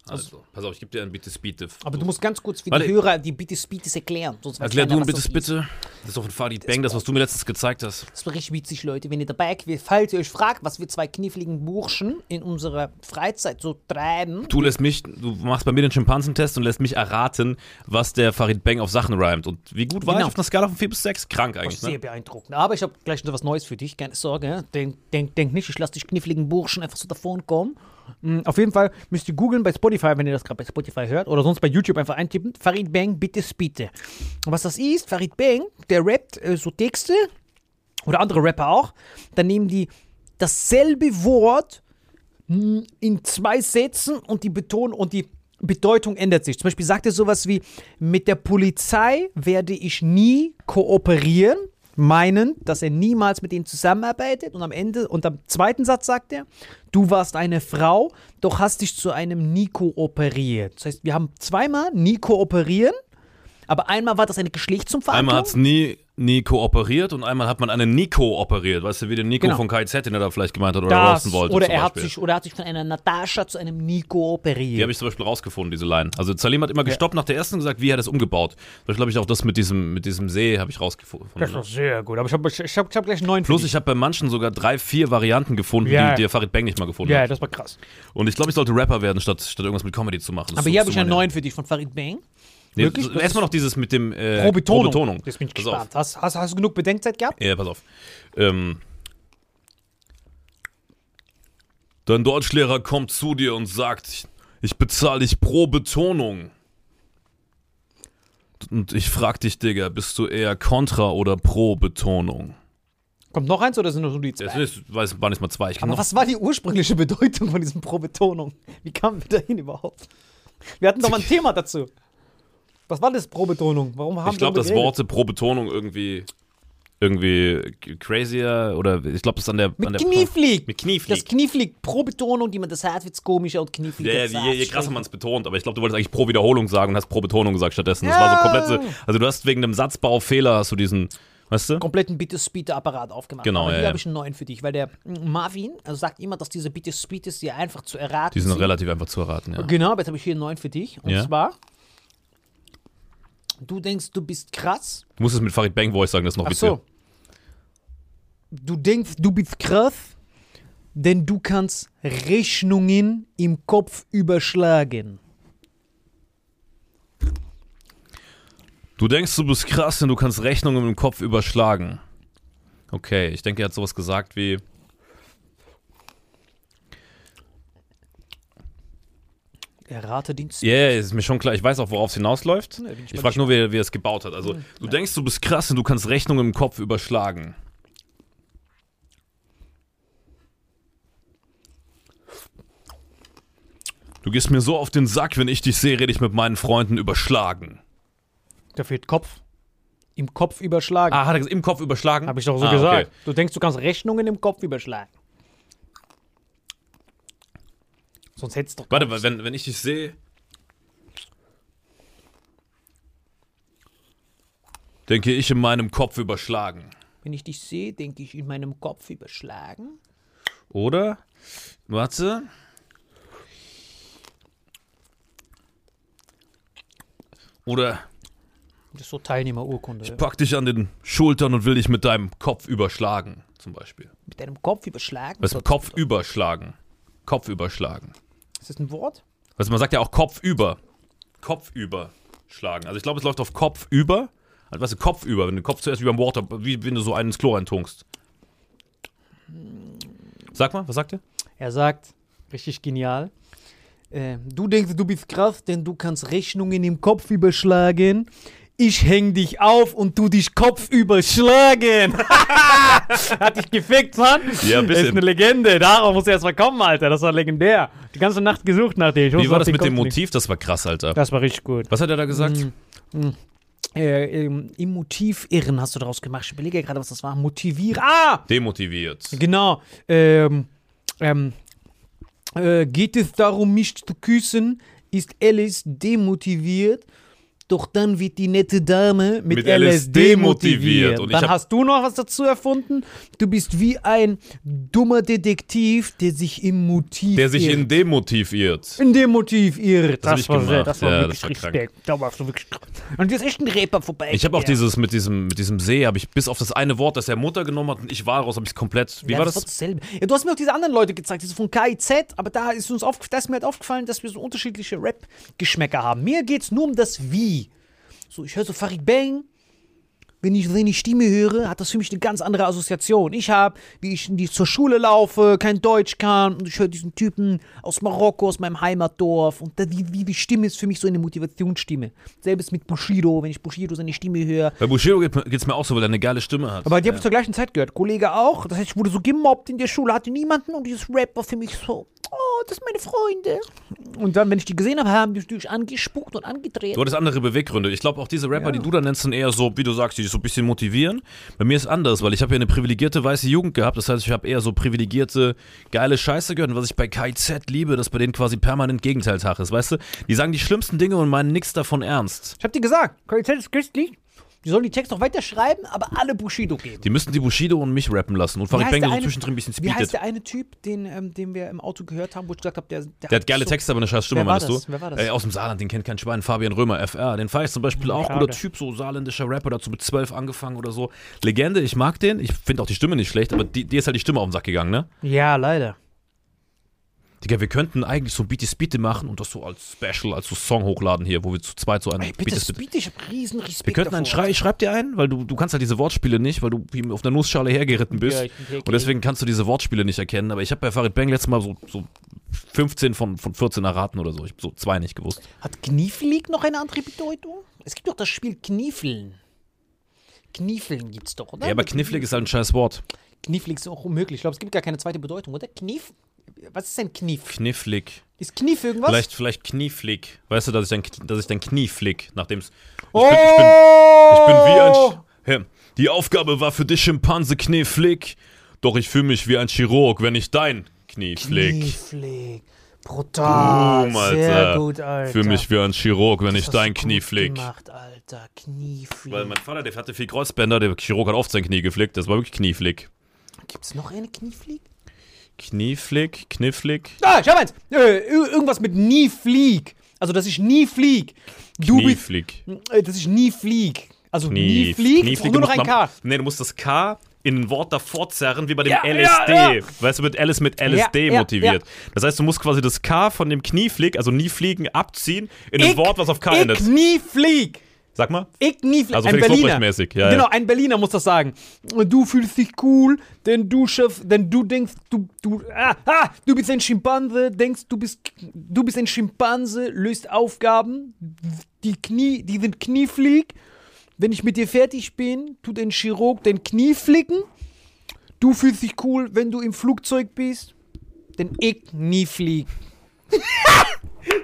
C: Also, pass auf, ich gebe dir ein bittes bitte.
B: Aber du musst ganz kurz für
C: Warte.
B: die Hörer die Bittes Bittes erklären. Sonst weiß
C: Erklär
B: keiner,
C: du ein
B: was das
C: bittes
B: ist.
C: bitte. Das ist doch von Farid Bang, das, was du mir letztens gezeigt hast.
B: Das war richtig witzig, Leute. Wenn ihr dabei gewesen falls ihr euch fragt, was wir zwei kniffligen Burschen in unserer Freizeit so treiben.
C: Du lässt mich, du machst bei mir den Schimpansentest und lässt mich erraten, was der Farid Bang auf Sachen reimt. Und wie gut war
B: Genau.
C: ich auf einer Skala von 4 bis 6? Krank eigentlich,
B: Sehr
C: ne?
B: beeindruckend. Aber ich habe gleich noch was Neues für dich. Keine Sorge. ja. Denk, denk, denk nicht, ich lasse dich kniffligen Burschen einfach so davonkommen. Mm, Auf jeden Fall müsst ihr googeln bei Spotify, wenn ihr das gerade bei Spotify hört oder sonst bei YouTube einfach eintippen. Farid Bang, bitte Spite. Und was das ist, Farid Bang, der rappt äh, so Texte oder andere Rapper auch. Dann nehmen die dasselbe Wort mm, in zwei Sätzen und die betonen und die Bedeutung ändert sich. Zum Beispiel sagt er sowas wie: Mit der Polizei werde ich nie kooperieren. Meinen, dass er niemals mit ihnen zusammenarbeitet und am Ende und am zweiten Satz sagt er: Du warst eine Frau, doch hast dich zu einem Nico operiert. Das heißt, wir haben zweimal Nico operieren, aber einmal war das eine Geschlechtsumverhandlung.
C: Einmal hat es nie, nie kooperiert und einmal hat man einen Nico operiert. Weißt du, wie den Nico
B: Genau.
C: von KZ, den er da vielleicht gemeint hat oder
B: das,
C: roasten wollte.
B: oder
C: zum
B: er hat
C: Beispiel.
B: sich oder er hat sich von einer Natascha zu einem Nico
C: Die habe
B: operiert.
C: ich zum Beispiel rausgefunden, diese Line. Also Salim hat immer gestoppt nach der ersten und gesagt, wie er das umgebaut. Zum Beispiel habe ich auch das mit diesem, mit diesem See habe ich rausgefunden.
B: sehr gut, aber ich habe ich hab, ich hab gleich neun
C: Plus, ich habe bei manchen sogar drei, vier Varianten gefunden,
B: Ja.
C: die, die der Farid Bang nicht mal gefunden
B: Ja,
C: hat.
B: das war krass.
C: Und ich glaube, ich sollte Rapper werden, statt, statt irgendwas mit Comedy zu machen. Das
B: Aber hier habe
C: suchst du
B: ich einen
C: mal her.
B: neuen für dich von Farid
C: Äh,
B: Bang.
C: Nee,
B: Wirklich?
C: so-
B: Das
C: Erstmal noch dieses mit dem äh,
B: Pro Betonung.
C: Probetonung.
B: Jetzt bin ich
C: Pass
B: gespannt. Hast, hast, hast du genug Bedenkzeit gehabt?
C: Auf. Ja, pass auf. Ähm, Dein Deutschlehrer kommt zu dir und sagt, ich bezahle dich pro Betonung. Und ich frag dich, Digga, bist du eher kontra oder pro Betonung?
B: Kommt noch eins oder sind nur die zwei?
C: Das ist, weiß, waren jetzt mal zwei. Ich kann
B: Aber
C: Äh, noch
B: was war die ursprüngliche Bedeutung von diesem Probetonung? Wie kamen wir dahin überhaupt? Wir hatten doch mal ein Thema dazu. Was war das Probetonung? Warum haben
C: Ich glaube,
B: wir darüber
C: dass
B: geredet?
C: Worte pro Betonung irgendwie irgendwie g- crazier oder ich glaube, das ist an der an
B: mit
C: der
B: Knieflieg.
C: mit
B: Das
C: Knieflieg.
B: Knieflieg, Probetonung, die man das hat, wird's komischer und Knieflieg.
C: Ja, ja,
B: wird's
C: je, je
B: anstrengend.
C: krasser man es betont, aber ich glaube, du wolltest eigentlich pro Wiederholung sagen und hast pro Betonung gesagt stattdessen. Das war so komplett so, also du hast wegen einem Satzbaufehler hast du diesen, weißt du?
B: kompletten Bitte Speed Apparat aufgemacht.
C: Genau,
B: Aber
C: ja,
B: hier
C: ja.
B: habe ich einen neuen für dich, weil der mm, Marvin also sagt immer, dass diese Bitte Speed ist sehr einfach zu erraten.
C: Die sind
B: sind.
C: relativ einfach zu erraten, ja.
B: Genau, aber jetzt habe ich hier einen neuen für dich und
C: Ja.
B: zwar Du denkst, du bist krass.
C: Du musst es mit Farid Bang Voice sagen, das ist noch
B: Ach
C: witziger.
B: so. Du denkst, du bist krass, denn du kannst Rechnungen im Kopf überschlagen.
C: Du denkst, du bist krass, denn du kannst Rechnungen im Kopf überschlagen. Okay, ich denke, er hat sowas gesagt wie
B: Errate Dienst.
C: Ja, yeah, ist mir schon klar. Ich weiß auch, worauf es hinausläuft.
B: bin
C: ich
B: ich mal
C: frage nur, wie, wie er es gebaut hat. Also, du denkst, du bist krass und du kannst Rechnungen im Kopf überschlagen. Du gehst mir so auf den Sack, wenn ich dich sehe, rede ich mit meinen Freunden überschlagen.
B: Da fehlt Kopf. Im Kopf überschlagen.
C: Ah, hat er gesagt, im Kopf überschlagen?
B: Habe ich doch so
C: ah,
B: gesagt.
C: Okay.
B: Du denkst, du kannst Rechnungen im Kopf überschlagen. Sonst hättest du doch.
C: Warte, wenn, wenn ich dich sehe. Denke ich in meinem Kopf überschlagen.
B: Wenn ich dich sehe, denke ich in meinem Kopf überschlagen.
C: Oder? Warte. Oder
B: Das ist so Teilnehmerurkunde. ja.
C: pack dich an den Schultern und will dich mit deinem Kopf überschlagen, zum Beispiel.
B: Mit deinem Kopf überschlagen.
C: Weißt du,
B: Das-
C: Kopf überschlagen. Kopf überschlagen.
B: Ist das ein Wort?
C: Weißt du, man sagt ja auch Kopf über. Kopf überschlagen. Also ich glaube, es läuft auf Kopf über. Also, weißt du, Kopf über, wenn du den Kopf zuerst über dem Water, wie wenn du so einen ins Klo eintunkst. Sag mal, was sagt ihr?
B: Er sagt, richtig genial. äh, Du denkst, du bist krass, denn du kannst Rechnungen im Kopf überschlagen. Ich häng dich auf und du dich Kopf überschlagen. Hat dich gefickt, Mann.
C: Ja, ein
B: Er ist
C: bisschen.
B: eine Legende. Darauf muss er erstmal kommen, Alter. Das war legendär. Die ganze Nacht gesucht nach dir. Ich wusste,
C: Wie war
B: dass
C: das
B: die
C: mit dem
B: kommt nicht.
C: Motiv? Das war krass, Alter.
B: Das war richtig gut. Hm,
C: Was hat er da gesagt?
B: Äh, ähm, Im Motiv irren hast du daraus gemacht. Ich überlege gerade, was das war. Motivieren. Ah!
C: Demotiviert.
B: Genau. Ähm, ähm, äh, geht es darum, mich zu küssen, ist Alice demotiviert. Doch dann wird die nette Dame mit,
C: Mit
B: LSD,
C: LSD
B: motiviert.
C: motiviert. Und ich
B: dann
C: hab-
B: hast du noch was dazu erfunden. Du bist wie ein dummer Detektiv, der sich im Motiv
C: Der sich
B: irrt.
C: in dem Motiv irrt.
B: In dem Motiv irrt.
C: Das hab
B: Das,
C: ich
B: war, sehr,
C: gemacht.
B: das war
C: Ja,
B: wirklich
C: das war krank.
B: Respekt. Da warst du wirklich krank. Und jetzt ist echt ein Rapper vorbei.
C: Ich habe auch
B: Ja.
C: dieses mit diesem mit diesem See, habe ich bis auf das eine Wort, das er Mutter genommen hat und ich war raus, habe ich komplett. Wie
B: ja,
C: war
B: das? war
C: das?
B: dasselbe. Ja, du hast mir auch diese anderen Leute gezeigt, diese von KIZ, aber da ist uns aufgef- da ist mir halt aufgefallen, dass wir so unterschiedliche Rap-Geschmäcker haben. Mir geht's nur um das Wie. So, ich höre so Farid Bang, wenn ich seine Stimme höre, hat das für mich eine ganz andere Assoziation. Ich habe, wie ich in die, zur Schule laufe, kein Deutsch kann und ich höre diesen Typen aus Marokko, aus meinem Heimatdorf und da, die, die, die Stimme ist für mich so eine Motivationsstimme. Selbst mit Bushido, wenn ich Bushido seine Stimme höre.
C: Bei Bushido geht es mir auch so, weil er eine geile Stimme hat.
B: Aber die habe ich zur gleichen Zeit gehört. Kollege auch. Das heißt, ich wurde so gemobbt in der Schule, hatte niemanden und dieses Rap war für mich so, oh, das sind meine Freunde. Und dann, wenn ich die gesehen habe, haben die mich natürlich angespuckt und angedreht.
C: Du hattest andere Beweggründe. Ich glaube, auch diese Rapper, die du da nennst, sind eher so, wie du sagst, die dich so ein bisschen motivieren. Bei mir ist anders, weil ich habe ja eine privilegierte weiße Jugend gehabt. Das heißt, ich habe eher so privilegierte, geile Scheiße gehört. Und was ich bei KZ liebe, dass bei denen quasi permanent Gegenteiltag ist, weißt du? Die sagen die schlimmsten Dinge und meinen nichts davon ernst.
B: Ich habe dir gesagt, Qualität ist christlich. Die sollen die Texte noch weiter schreiben, aber alle Bushido geben.
C: Die müssen die Bushido und mich rappen lassen. Und Farid
B: heißt der
C: Bang so
B: eine-
C: zwischendrin ein bisschen
B: Wie heißt
C: speedet.
B: der eine Typ, den, ähm, den wir im Auto gehört haben, wo ich gesagt habe, der, der,
C: Der hat geile Texte, aber eine scheiß Stimme,
B: Wer war
C: meinst
B: das?
C: du?
B: Wer war das?
C: Äh, aus dem Saarland, den kennt kein Schwein. Fabian Römer, FR. Den feier ich zum Beispiel auch.
E: schade.
C: Guter Typ, so saarländischer Rapper, dazu mit zwölf angefangen oder so. Legende, ich mag den. Ich finde auch die Stimme nicht schlecht, aber die- dir ist halt die Stimme auf den Sack gegangen, ne?
E: Ja, leider.
C: Digga, wir könnten eigentlich so ein Beaty Speedy machen und das so als Special, als so Song hochladen hier, wo wir zu zweit so einen
B: Ey, bitte,
C: Beat is
B: bitte, bitte, ich habe riesen Respekt
C: Wir könnten einen
B: davor.
C: Schrei, ich schreib dir einen, weil du, du kannst halt diese Wortspiele nicht, weil du wie auf einer Nussschale hergeritten bist.
B: Ja, ich bin hergeritten.
C: und deswegen kannst du diese Wortspiele nicht erkennen. Aber ich habe bei Farid Bang letztes Mal so, so 15 von, von 14 erraten oder so. Ich habe so zwei nicht gewusst.
B: Hat Kniefelig noch eine andere Bedeutung? Es gibt doch das Spiel Kniefeln. Kniefeln gibt's doch, oder?
C: Ja, aber knifflig ist halt ein scheiß Wort.
B: Kniefelig ist auch unmöglich. Ich glaube, es gibt gar keine zweite Bedeutung, oder? Knief? Was ist denn Knief?
C: Knifflig.
B: Ist Knief irgendwas?
C: Vielleicht, vielleicht Knieflick. Weißt du, dass ich dein, Knie- dass ich dein Knie flick, nachdem es. Ich,
B: oh!
C: bin- ich, bin, ich bin wie ein. Sch Hä? Die Aufgabe war für dich, Schimpanse Knieflick. Doch ich fühle mich wie ein Chirurg, wenn ich dein Knie flick.
B: Kniefleg. Brutal.
C: Boom,
B: Ah, Sehr
C: Alter.
B: gut, Alter.
C: Fühle Oh, mich wie ein Chirurg, wenn
B: Das
C: ich
B: hast
C: dein
B: du
C: Knie
B: gut
C: flick.
B: Gemacht, Alter.
C: Weil
B: Kniefleg.
C: mein Vater, der hatte viel Kreuzbänder, der Chirurg hat oft sein Knie geflickt. Das war wirklich Knieflick.
B: Gibt's noch eine Kniefleg?
C: Knieflick, Knifflick.
B: Ah, ich hab eins. Äh, ir- irgendwas mit nie flieg. Also, dass ich nie flieg. Du bist,
C: Knieflick.
B: äh, dass ich nie flieg. Also, nie,
C: Knief-
B: flieg.
C: Knieflick,
B: und
C: du
B: nur noch
C: musst
B: ein
C: mal-
B: K.
C: Nee, du musst das K in ein Wort davor zerren, wie bei dem
B: Ja,
C: LSD.
B: ja, ja.
C: Weißt du, mit Alice mit LSD
B: Ja, ja,
C: motiviert.
B: ja.
C: Das heißt, du musst quasi das K von dem Knieflick, also nie fliegen, abziehen in ein
B: Ich-
C: Wort, was auf K endet.
B: Ich nie flieg.
C: Sag mal.
B: Ich nie flieg.
C: Also
B: ein
C: Felix
B: Berliner.
C: Lobrecht-mäßig, ja, ja.
B: genau, ein Berliner muss das sagen. Du fühlst dich cool, denn du Chef, denn du denkst, du, du, ah, ah, du bist ein Schimpanse, denkst, du bist, du bist ein Schimpanse, löst Aufgaben, die Knie, die sind Knieflieg. Wenn ich mit dir fertig bin, tut ein Chirurg dein Knie flicken. Du fühlst dich cool, wenn du im Flugzeug bist, denn ich nie flieg.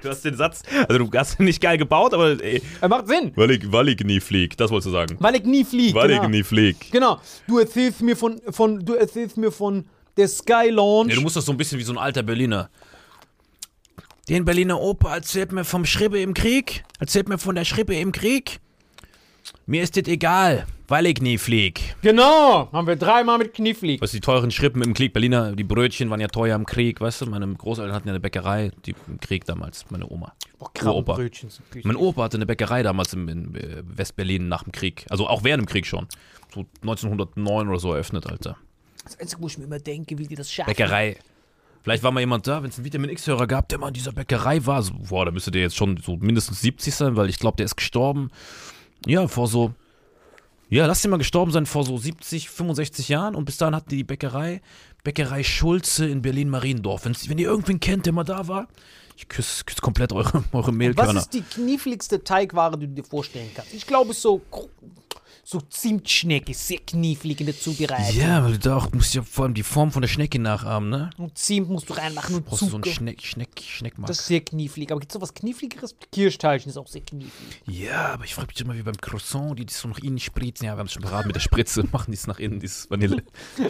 C: Du hast den Satz, also du hast ihn nicht geil gebaut, aber äh, ey,
B: Er Äh, macht Sinn,
C: weil ich, weil ich nie flieg, das wolltest du sagen.
B: weil ich nie flieg.
C: Weil
B: genau.
C: ich nie flieg.
B: Genau. Du erzählst mir von, von du erzählst mir von der Sky Launch.
C: Ja, du musst das so ein bisschen wie so ein alter Berliner. Den Berliner Opa erzählt mir vom Schrippe im Krieg. Erzählt mir von der Schrippe im Krieg. Mir ist das egal, weil ich nie flieg.
B: genau. Haben wir dreimal mit Knieflieg.
C: Weißt du, die teuren Schrippen im Krieg, Berliner, die Brötchen waren ja teuer im Krieg, weißt du? Meine Großeltern hatten ja eine Bäckerei, die im Krieg damals, meine Oma. Uropa.
B: Krabbenbrötchen sind gütig.
C: Mein Opa hatte eine Bäckerei damals in, in äh, Westberlin nach dem Krieg. Also auch während dem Krieg schon. So 1909 oder so eröffnet, Alter.
B: Das Einzige, wo ich mir immer denke, wie die das schaffen.
C: Bäckerei. Vielleicht war mal jemand da, wenn es einen Vitamin X-Hörer gab, der mal in dieser Bäckerei war. So, boah, da müsste der jetzt schon so mindestens 70 sein, weil ich glaube, der ist gestorben. Ja, vor so. Ja, lass den mal gestorben sein vor so 70, 65 Jahren. Und bis dahin hatten die die Bäckerei, Bäckerei Schulze in Berlin-Mariendorf. Wenn's- Wenn ihr irgendwen kennt, der mal da war, ich küsse küss komplett eure, eure
B: Was
C: Mehlkörner.
B: ist die kniefligste Teigware, die du dir vorstellen kannst? Ich glaube, es ist so gro- so Zimtschnecke, sehr knieflig in der Zubereitung.
C: Ja, weil du da auch musst ja vor allem die Form von der Schnecke nachahmen, ne?
B: Und Zimt musst du reinmachen und
C: Brauchst du so
B: Zucker.
C: einen Schneck, Schneck, Schneckmark.
B: das ist sehr knieflig. Aber gibt es noch was kniefligeres? Kirschteilchen ist auch sehr knieflig.
C: Ja, aber ich frage mich immer, wie beim Croissant, die das so nach innen spritzen. Ja, wir haben es schon beraten mit der Spritze. Machen die es nach innen, dieses Vanille.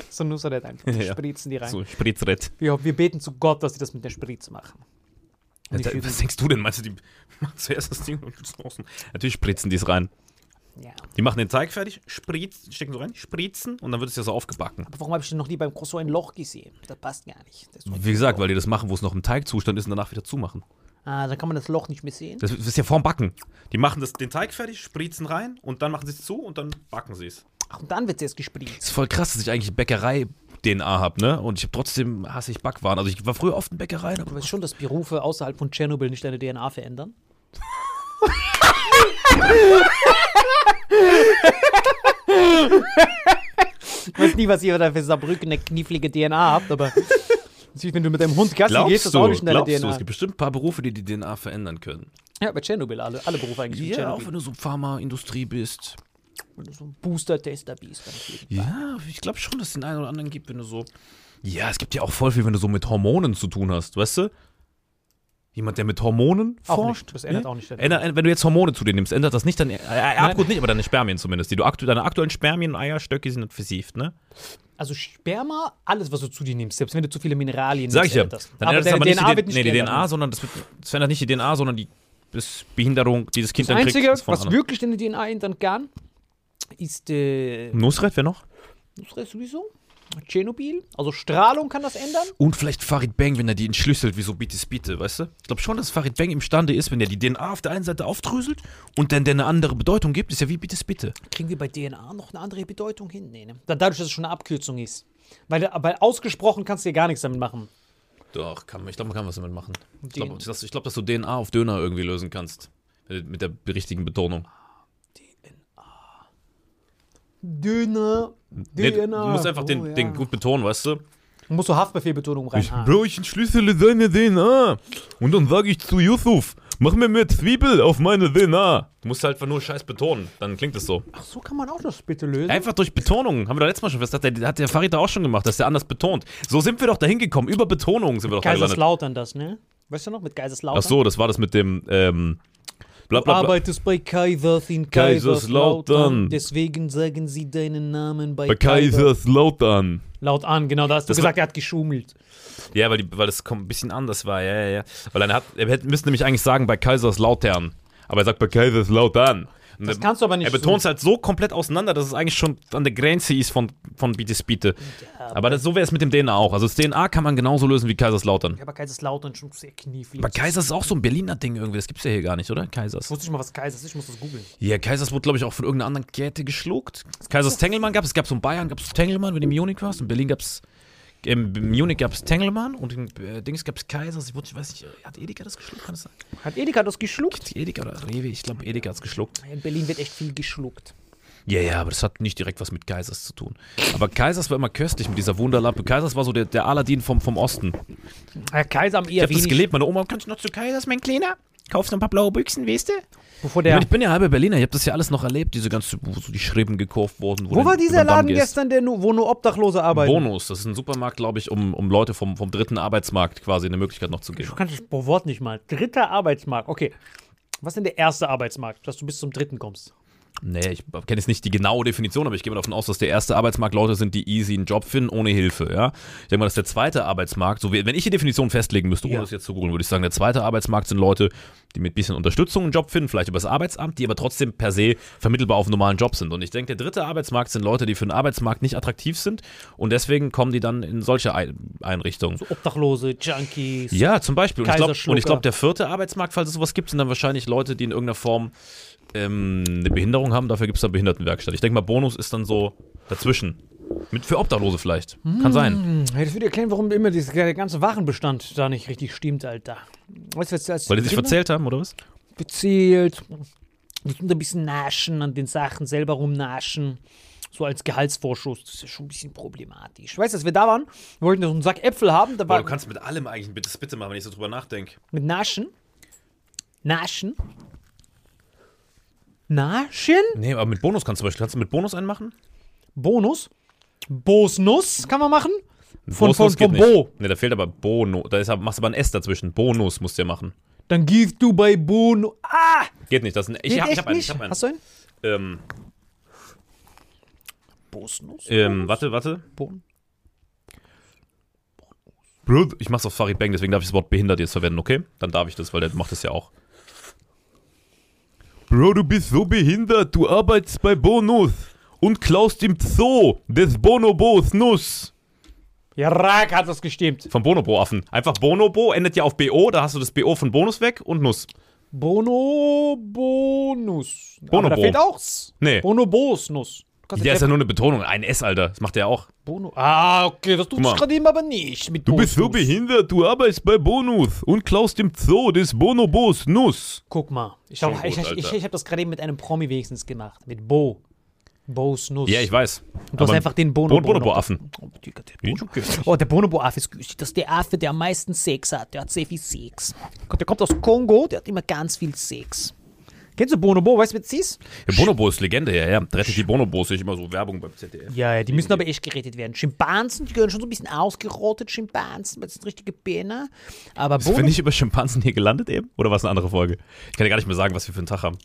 B: So nur so der einfach. Die
C: Ja.
B: Spritzen die rein.
C: so, Spritzrett.
B: Wir, wir beten zu Gott, dass sie das mit der Spritze machen. Und ich
C: Alter,
B: übe-
C: was denkst du denn? Meinst du, die machen zuerst das Ding und schützen außen? Natürlich spritzen die es rein.
B: ja.
C: Die machen den Teig fertig, spritzen, stecken so rein, spritzen und dann wird es ja so aufgebacken.
B: Warum habe ich denn noch nie beim Croissant ein Loch gesehen? Das passt gar nicht. Das ist-
C: Wie gesagt, weil die das machen, wo es noch im Teigzustand ist und danach wieder zumachen.
B: ah, dann kann man das Loch nicht mehr sehen.
C: Das ist ja vorm Backen. Die machen das, den Teig fertig, spritzen rein und dann machen sie es zu und dann backen sie es.
B: Ach, und dann wird es erst gespritzt.
C: ist voll krass, dass ich eigentlich Bäckerei-DNA habe, ne? Und ich habe trotzdem hasse ich Backwaren. Also ich war früher oft in Bäckereien, aber
B: Du weißt schon, dass Berufe außerhalb von Tschernobyl nicht deine DNA verändern? Ich weiß nie, was ihr da für Saarbrücken eine knifflige DNA habt, aber natürlich, wenn du mit deinem Hund Gassi gehst, ist das auch eine schnelle
C: glaubst du,
B: DNA.
C: es gibt bestimmt ein paar Berufe, die die DNA verändern können.
B: ja, bei Tschernobyl, alle, alle Berufe eigentlich mit
C: Ja, auch wenn
B: Tschernobyl.
C: du so Pharmaindustrie bist.
B: Wenn du so ein Booster-Tester bist. dann geht-
C: Ja, ich glaube schon, dass es den einen oder anderen gibt, wenn du so. Ja, es gibt ja auch voll viel, wenn du so mit Hormonen zu tun hast, weißt du? Jemand, der mit Hormonen
B: Auch
C: forscht.
B: nicht. Das ändert auch nicht deine-
C: Ändert, wenn du jetzt Hormone zu dir nimmst, ändert das nicht dein äh, äh, Erbgut nicht, aber deine Spermien zumindest. Die du aktu deine aktuellen Spermien und Eierstöcke sind versieft, ne?
B: Also Sperma, alles, was du zu dir nimmst, selbst wenn du zu viele Mineralien
C: Sag ich ja.
B: nimmst,
C: Dann
B: ändert das.
C: ändert es aber nicht die, nee, die
B: geändert. ne?
C: DNA, sondern das, wird, das verändert nicht die DNA, sondern die das Behinderung, die das Kind
B: Das
C: dann kriegt.
B: Einzige,
C: ist von
B: was
C: anderen.
B: wirklich deine DNA ändern kann, ist äh,
C: Nusret, wer noch?
B: Nusret sowieso, Tschernobyl. Also Strahlung kann das ändern.
C: Und vielleicht Farid Bang, wenn er die entschlüsselt, wie so Bittes Bitte, weißt du? Ich glaube schon, dass Farid Bang imstande ist, wenn er die DNA auf der einen Seite aufdröselt und dann der eine andere Bedeutung gibt, ist ja wie Bittes Bitte.
B: Kriegen wir bei DNA noch eine andere Bedeutung hin? Nee, ne? Da- Dadurch, dass es schon eine Abkürzung ist. Weil, weil ausgesprochen kannst du ja gar nichts damit machen.
C: Doch, kann, man- ich glaube, man kann was damit machen. Ich
B: Den-
C: glaube, dass, ich glaub, dass du DNA auf Döner irgendwie lösen kannst. Äh, Mit der richtigen Betonung.
B: Döner,
C: Nee, du
B: DNA.
C: musst einfach den,
B: Oh, ja. Ah.
C: den gut betonen, weißt du?
B: Musst du Haftbefehlbetonung reinhaben.
F: Bro, ich entschlüssele seine DNA. Und dann sage ich zu Yusuf, mach mir mehr Zwiebel auf meine DNA.
C: Du musst halt einfach nur Scheiß betonen, dann klingt es so.
B: Ach, so kann man auch das bitte lösen.
C: Einfach durch Betonung. Haben wir da letztes Mal schon fest. Hat der, hat der Farid da auch schon gemacht, dass der anders betont. So sind wir doch da hingekommen. Über Betonung sind wir doch da gelandet.
B: Geiserslautern das, ne? Weißt du noch, mit Geiserslautern?
C: Ach so, das war das mit dem. Ähm, bla, bla, bla.
B: Arbeitest bei Kaisers in
C: Kaiserslautern.
B: Kaiserslautern. Deswegen sagen sie deinen Namen bei,
F: Bei Kaiserslautern.
B: Laut an, genau, da hast du
C: Das
B: gesagt, er hat geschummelt.
C: Ja, weil, die, weil das kom- ein bisschen anders war. Ja, ja, ja. Weil dann hat, er hätte, müsste nämlich eigentlich sagen bei Kaiserslautern. Aber er sagt bei Kaiserslautern. Und
B: Das
C: er-
B: kannst du aber nicht
C: Er betont es halt so komplett auseinander, dass es eigentlich schon an der Grenze ist von, von Bitis Biete. aber das, so wäre es mit dem DNA auch. Also das DNA kann man genauso lösen wie Kaiserslautern.
B: Ja, aber Kaiserslautern ist schon sehr knifflig.
C: Aber Kaisers ist auch so ein Berliner Ding irgendwie. Das gibt's ja hier gar nicht, oder? Kaisers.
B: Wusste ich mal, was Kaisers ist? Ich muss das googeln.
C: Ja, Kaisers wurde, glaube ich, auch von irgendeiner anderen Kette geschluckt. Kaisers Tengelmann gab es. gab so in Bayern, gab es Tengelmann, wenn du in Munich warst. In Berlin gab es. In Munich gab es Tengelmann und in äh, Dings gab es Kaisers. Ich, wusste- ich weiß nicht, äh, hat Edeka das geschluckt? Kann das sein?
B: Hat Edeka das geschluckt?
C: Hat Edeka oder Rewe? Ich glaube, Edeka hat es geschluckt.
B: In Berlin wird echt viel geschluckt.
C: Ja, ja, aber das hat nicht direkt was mit Kaisers zu tun. Aber Kaisers war immer köstlich mit dieser Wunderlampe. Kaisers war so der, der Aladdin vom, vom Osten.
B: Herr Kaiser am
C: Ich
B: eher
C: habe das
B: wenig,
C: gelebt. Meine Oma, kannst du noch zu Kaisers, mein Kleiner? Kaufst noch ein paar blaue Büchsen, weißt du?
B: bevor
C: Ich,
B: der...
C: mein, ich bin ja halber Berliner. Ich habe das ja alles noch erlebt. Diese ganze, wo so die Schreben gekauft wurden.
B: Wo
C: dann
B: war
C: über
B: dieser
C: den Damm
B: Laden
C: gehst.
B: gestern, der nur, wo nur Obdachlose arbeiten?
C: Bonus, das ist ein Supermarkt, glaube ich, um, um Leute vom, vom dritten Arbeitsmarkt quasi eine Möglichkeit noch zu geben.
B: Du kannst das Wort nicht mal. Dritter Arbeitsmarkt. Okay. Was ist denn der erste Arbeitsmarkt, dass du bis zum dritten kommst?
C: Nee, ich kenne jetzt nicht die genaue Definition, aber ich gehe mal davon aus, dass der erste Arbeitsmarkt Leute sind, die easy einen Job finden, ohne Hilfe, ja. Ich denke mal, dass der zweite Arbeitsmarkt, so wie, wenn ich die Definition festlegen müsste, ohne
B: Ja.
C: das jetzt zu googeln, würde ich sagen, der zweite Arbeitsmarkt sind Leute, die mit ein bisschen Unterstützung einen Job finden, vielleicht über das Arbeitsamt, die aber trotzdem per se vermittelbar auf einen normalen Job sind. Und ich denke, der dritte Arbeitsmarkt sind Leute, die für den Arbeitsmarkt nicht attraktiv sind und deswegen kommen die dann in solche Ei- Einrichtungen.
B: Obdachlose, Junkies.
C: Ja, zum Beispiel. Und ich glaub- und
B: Kaiserschlucker.
C: ich glaube, glaub, der vierte Arbeitsmarkt, falls es sowas gibt, sind dann wahrscheinlich Leute, die in irgendeiner Form ähm, eine Behinderung haben. Dafür gibt es dann Behindertenwerkstatt. Ich denke mal, Bonus ist dann so dazwischen. Mit für Obdachlose vielleicht. Kann sein.
B: Hey, das würde erklären, warum immer dieser- der ganze Warenbestand da nicht richtig stimmt, Alter. Weißt du, was als
C: Weil die sich
B: Kinder-
C: verzählt haben, oder was?
B: verzählt. Die tun da ein bisschen naschen, an den Sachen selber rumnaschen. So als Gehaltsvorschuss, das ist ja schon ein bisschen problematisch. Weißt du, als wir da waren, wir wollten so einen Sack Äpfel haben, da war
C: mit allem eigentlich ein bittes bitte machen, wenn ich so drüber nachdenke.
B: mit Naschen. Naschen. Naschen?
C: Nee, aber mit Bonus kannst du zum Beispiel. Kannst du mit Bonus einen machen?
B: Bonus. Bosnuss kann man machen. Von, von,
C: Bonus
B: von
C: geht
B: Bo.
C: Nicht. Nee, da fehlt aber Bono. Da ist, aber- machst du aber ein S dazwischen. Bonus musst du ja machen.
B: Dann gehst du bei Bono. Ah!
C: Geht nicht. Das ist ein, ich,
B: Geht
C: hab, ich
B: echt
C: hab einen. Ich
B: nicht?
C: hab einen.
B: Hast du einen?
C: Ähm,
B: Bosnuss?
C: ähm, warte, warte.
B: Bon.
C: Bro, ich mach's auf Farid Bang, deswegen darf ich das Wort behindert jetzt verwenden, okay? Dann darf ich das, weil der macht das ja auch.
F: Bro, du bist so behindert, du arbeitest bei Bonus und klaust im Zoo des Bonobos Nuss.
B: Ja, Rack hat das gestimmt.
C: Vom Bonobo-Affen. Einfach Bonobo, endet ja auf BO, da hast du das BO von Bonus weg und Nuss.
B: Bono Bonus. Aber da
C: Bonobo.
B: fehlt auch's.
C: Nee.
B: Bono Bonus. Du kannst
C: Der
B: jetzt
C: ist ja nur eine Betonung. Ein S, Alter. Das macht der ja auch.
B: Bono. Ah, okay, das tut
C: mal.
B: sich gerade eben aber nicht mit
F: Du bist so behindert, du arbeitest bei Bonus und klaust im Zoo des Bonobos Nuss.
B: Guck mal. Ich, hab-
C: Schon gut,
B: ich, ich, ich,
C: Alter.
B: ich habe das gerade eben mit einem Promi wenigstens gemacht. Mit Bo. Bosnuss.
C: Ja, ich weiß.
B: Und du hast einfach den Bonobo.
C: Bon Bonobo-Affen.
B: Oh, Digga, der Bonobo- Oh, der Bonobo-Affe ist günstig. Das ist der Affe, der am meisten Sex hat. Der hat sehr viel Sex. Der kommt aus Kongo, der hat immer ganz viel Sex. Kennst du Bonobo? Weißt du, was das ist?
C: Ja, Bonobo ist Legende, ja, ja. Da rettet die Bonobos sich immer so Werbung beim ZDF.
B: Ja, ja, die müssen aber echt gerettet werden. Schimpansen, die gehören schon so ein bisschen ausgerottet, Schimpansen, weil das sind richtige Bäner. Aber Bono,
C: Bin ich über Schimpansen hier gelandet eben? Oder war es eine andere Folge? Ich kann ja gar nicht mehr sagen, was wir für einen Tag haben.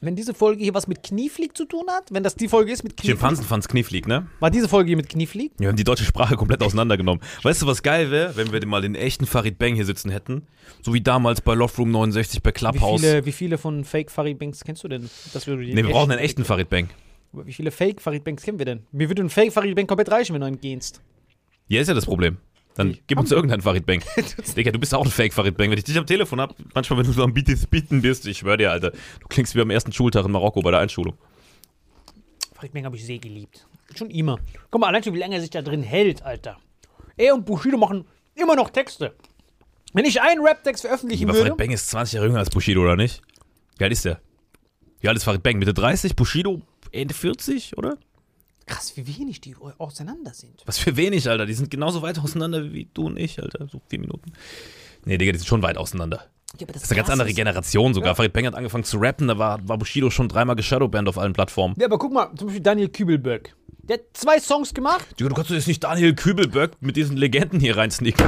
B: wenn diese Folge hier was mit Knieflieg zu tun hat, wenn das die Folge ist mit Knieflieg,
C: Schimpansen fand's knifflig, ne?
B: war diese Folge hier mit Knieflieg?
C: Wir haben die deutsche Sprache komplett auseinandergenommen. Weißt du, was geil wäre, wenn wir den mal den echten Farid Bang hier sitzen hätten? So wie damals bei Love Room 69 bei
B: Wie
C: Clubhouse.
B: viele, wie viele von Fake Farid Banks kennst du denn? Dass wir
C: Ne, wir brauchen einen echten Farid Bang.
B: Wie viele Fake Farid Banks kennen wir denn? Mir würde ein Fake Farid Bank komplett reichen, wenn du einen gehst.
C: Ja, ist ja das Problem. Dann gib uns irgendeinen Farid Bang. Digga, du bist auch ein Fake Farid Bang. Wenn ich dich am Telefon hab, manchmal, wenn du so am Beat- Beaten bist, ich schwör dir, Alter, du klingst wie am ersten Schultag in Marokko bei der Einschulung.
B: Farid Bank habe ich sehr geliebt. Schon immer. Guck mal, allein schon, wie lange er sich da drin hält, Alter. Er und Bushido machen immer noch Texte. Wenn ich einen Rap-Text veröffentlichen
C: Lieber
B: würde.
C: Farid Bang ist 20 Jahre jünger als Bushido, oder nicht? Wie alt ist der? Wie alt ist Farid Bang? Mitte 30? Bushido Ende 40, oder?
B: Krass, wie wenig die au- auseinander sind.
C: Was für wenig, Alter. Die sind genauso weit auseinander wie du und ich, Alter. So vier Minuten. Nee, Digga, die sind schon weit auseinander.
B: Ja, aber
C: Das ist eine ganz
B: Krasse
C: andere
B: ist-
C: Generation sogar. Farid Bang hat angefangen zu rappen, da war, war Bushido schon dreimal geshadowbanned auf allen Plattformen.
B: Ja, aber guck mal, zum Beispiel Daniel Kübelböck. Der hat zwei Songs gemacht.
C: Digga, du kannst doch jetzt nicht Daniel Kübelböck mit diesen Legenden hier reinsneaken.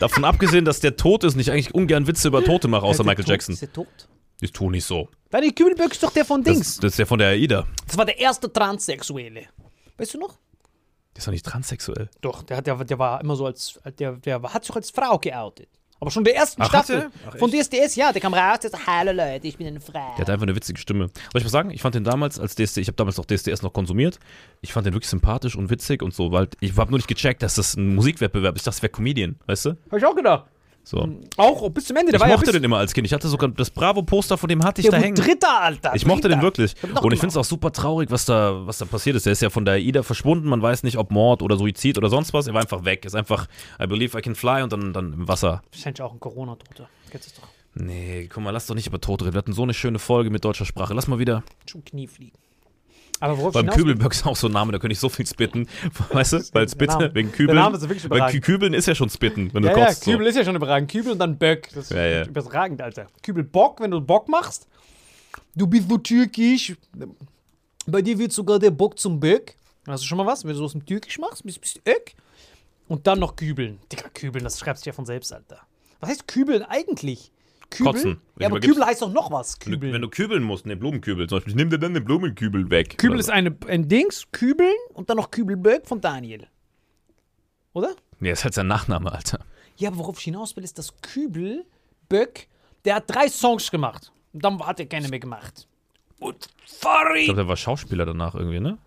C: Davon abgesehen, dass der tot ist und ich eigentlich ungern Witze über Tote mache, außer
B: Ist der
C: Michael
B: tot?
C: Jackson.
B: Ist der tot?
C: Ich tu nicht so.
B: Daniel Kübelböck ist doch der von
C: Das,
B: Dings.
C: das ist ja von der AIDA.
B: Das war der erste Transsexuelle. Weißt du noch?
C: Der ist doch nicht transsexuell.
B: Doch, der, hat, der, der war immer so als, der, der war- hat sich als Frau geoutet. Aber schon in der ersten
C: Ach, hat
B: Staffel
C: er? Ach,
B: von DSDS, ja, der kam raus, der sagt, hallo Leute, ich bin eine Frau.
C: Der hat einfach eine witzige Stimme. Soll ich mal sagen, ich fand den damals als DSD, ich habe damals noch DSDS noch konsumiert. Ich fand den wirklich sympathisch und witzig und so, weil ich habe nur nicht gecheckt, dass das ein Musikwettbewerb ist. Das wäre Comedian, weißt du?
B: Hab ich auch gedacht.
C: So.
B: Auch oh, bis zum Ende, Hm, der
C: Ich
B: war ja
C: mochte
B: bis,
C: den immer als Kind. Ich hatte sogar das Bravo-Poster von dem hatte ich
B: der
C: da
B: wurde
C: hängen.
B: Dritter, Alter.
C: Ich mochte
B: Dritter.
C: den wirklich.
B: Hab noch
C: Und ich finde
B: gemacht.
C: es auch super traurig, was da, was da passiert ist. Der ist ja von der AIDA verschwunden. Man weiß nicht, ob Mord oder Suizid oder sonst was. Er war einfach weg. Ist einfach, I believe I can fly und dann, dann im Wasser.
B: Wahrscheinlich auch ein Corona-Toter. Kennst du das doch?
C: Nee, guck mal, lass doch nicht über Tod reden. Wir hatten so eine schöne Folge mit deutscher Sprache. Lass mal wieder.
B: Schon Knie fliegen. Aber worauf
C: Beim
B: ich hinaus will-
C: Kübelböck ist auch so ein Name, da könnte ich so viel spitten. Weißt du? Weil
B: Der
C: Spitte
B: Name-
C: wegen
B: der
C: Kübeln.
B: Name ist wirklich
C: Weil Kü
B: überragend.
C: Kübeln ist ja schon spitten, wenn du
B: Ja, ja,
C: kotzt.
B: Kübel
C: so.
B: ist ja schon überragend. Kübel und dann Böck. Das ist
C: Ja, ja.
B: überragend, Alter. Kübel Bock, wenn du Bock machst. Du bist so türkisch. Bei dir wird sogar der Bock zum Böck. Hast du schon mal was? Wenn du so aus dem Türkisch machst, bist bist du Öck. Und dann noch Kübeln. Digga, Kübeln, das schreibst du ja von selbst, Alter. Was heißt Kübeln eigentlich? Kübel?
C: Kotzen.
B: Ja, aber
C: Übergibst-
B: Kübel heißt doch noch was.
C: Wenn du-
B: Kübeln.
C: Wenn du kübeln musst, ne, Blumenkübel zum Beispiel, ich nimm dir dann den Blumenkübel weg.
B: Kübel
C: Oder
B: ist
C: so.
B: eine, ein Dings, Kübeln und dann noch Kübelböck von Daniel. Oder?
C: Nee, ist halt sein Nachname, Alter.
B: Ja, aber worauf ich hinaus will, ist, dass Kübel, Böck, der hat drei Songs gemacht. Und dann hat er keine mehr gemacht. Und
C: Ich
B: Farid.
C: glaube, der war Schauspieler danach irgendwie, ne?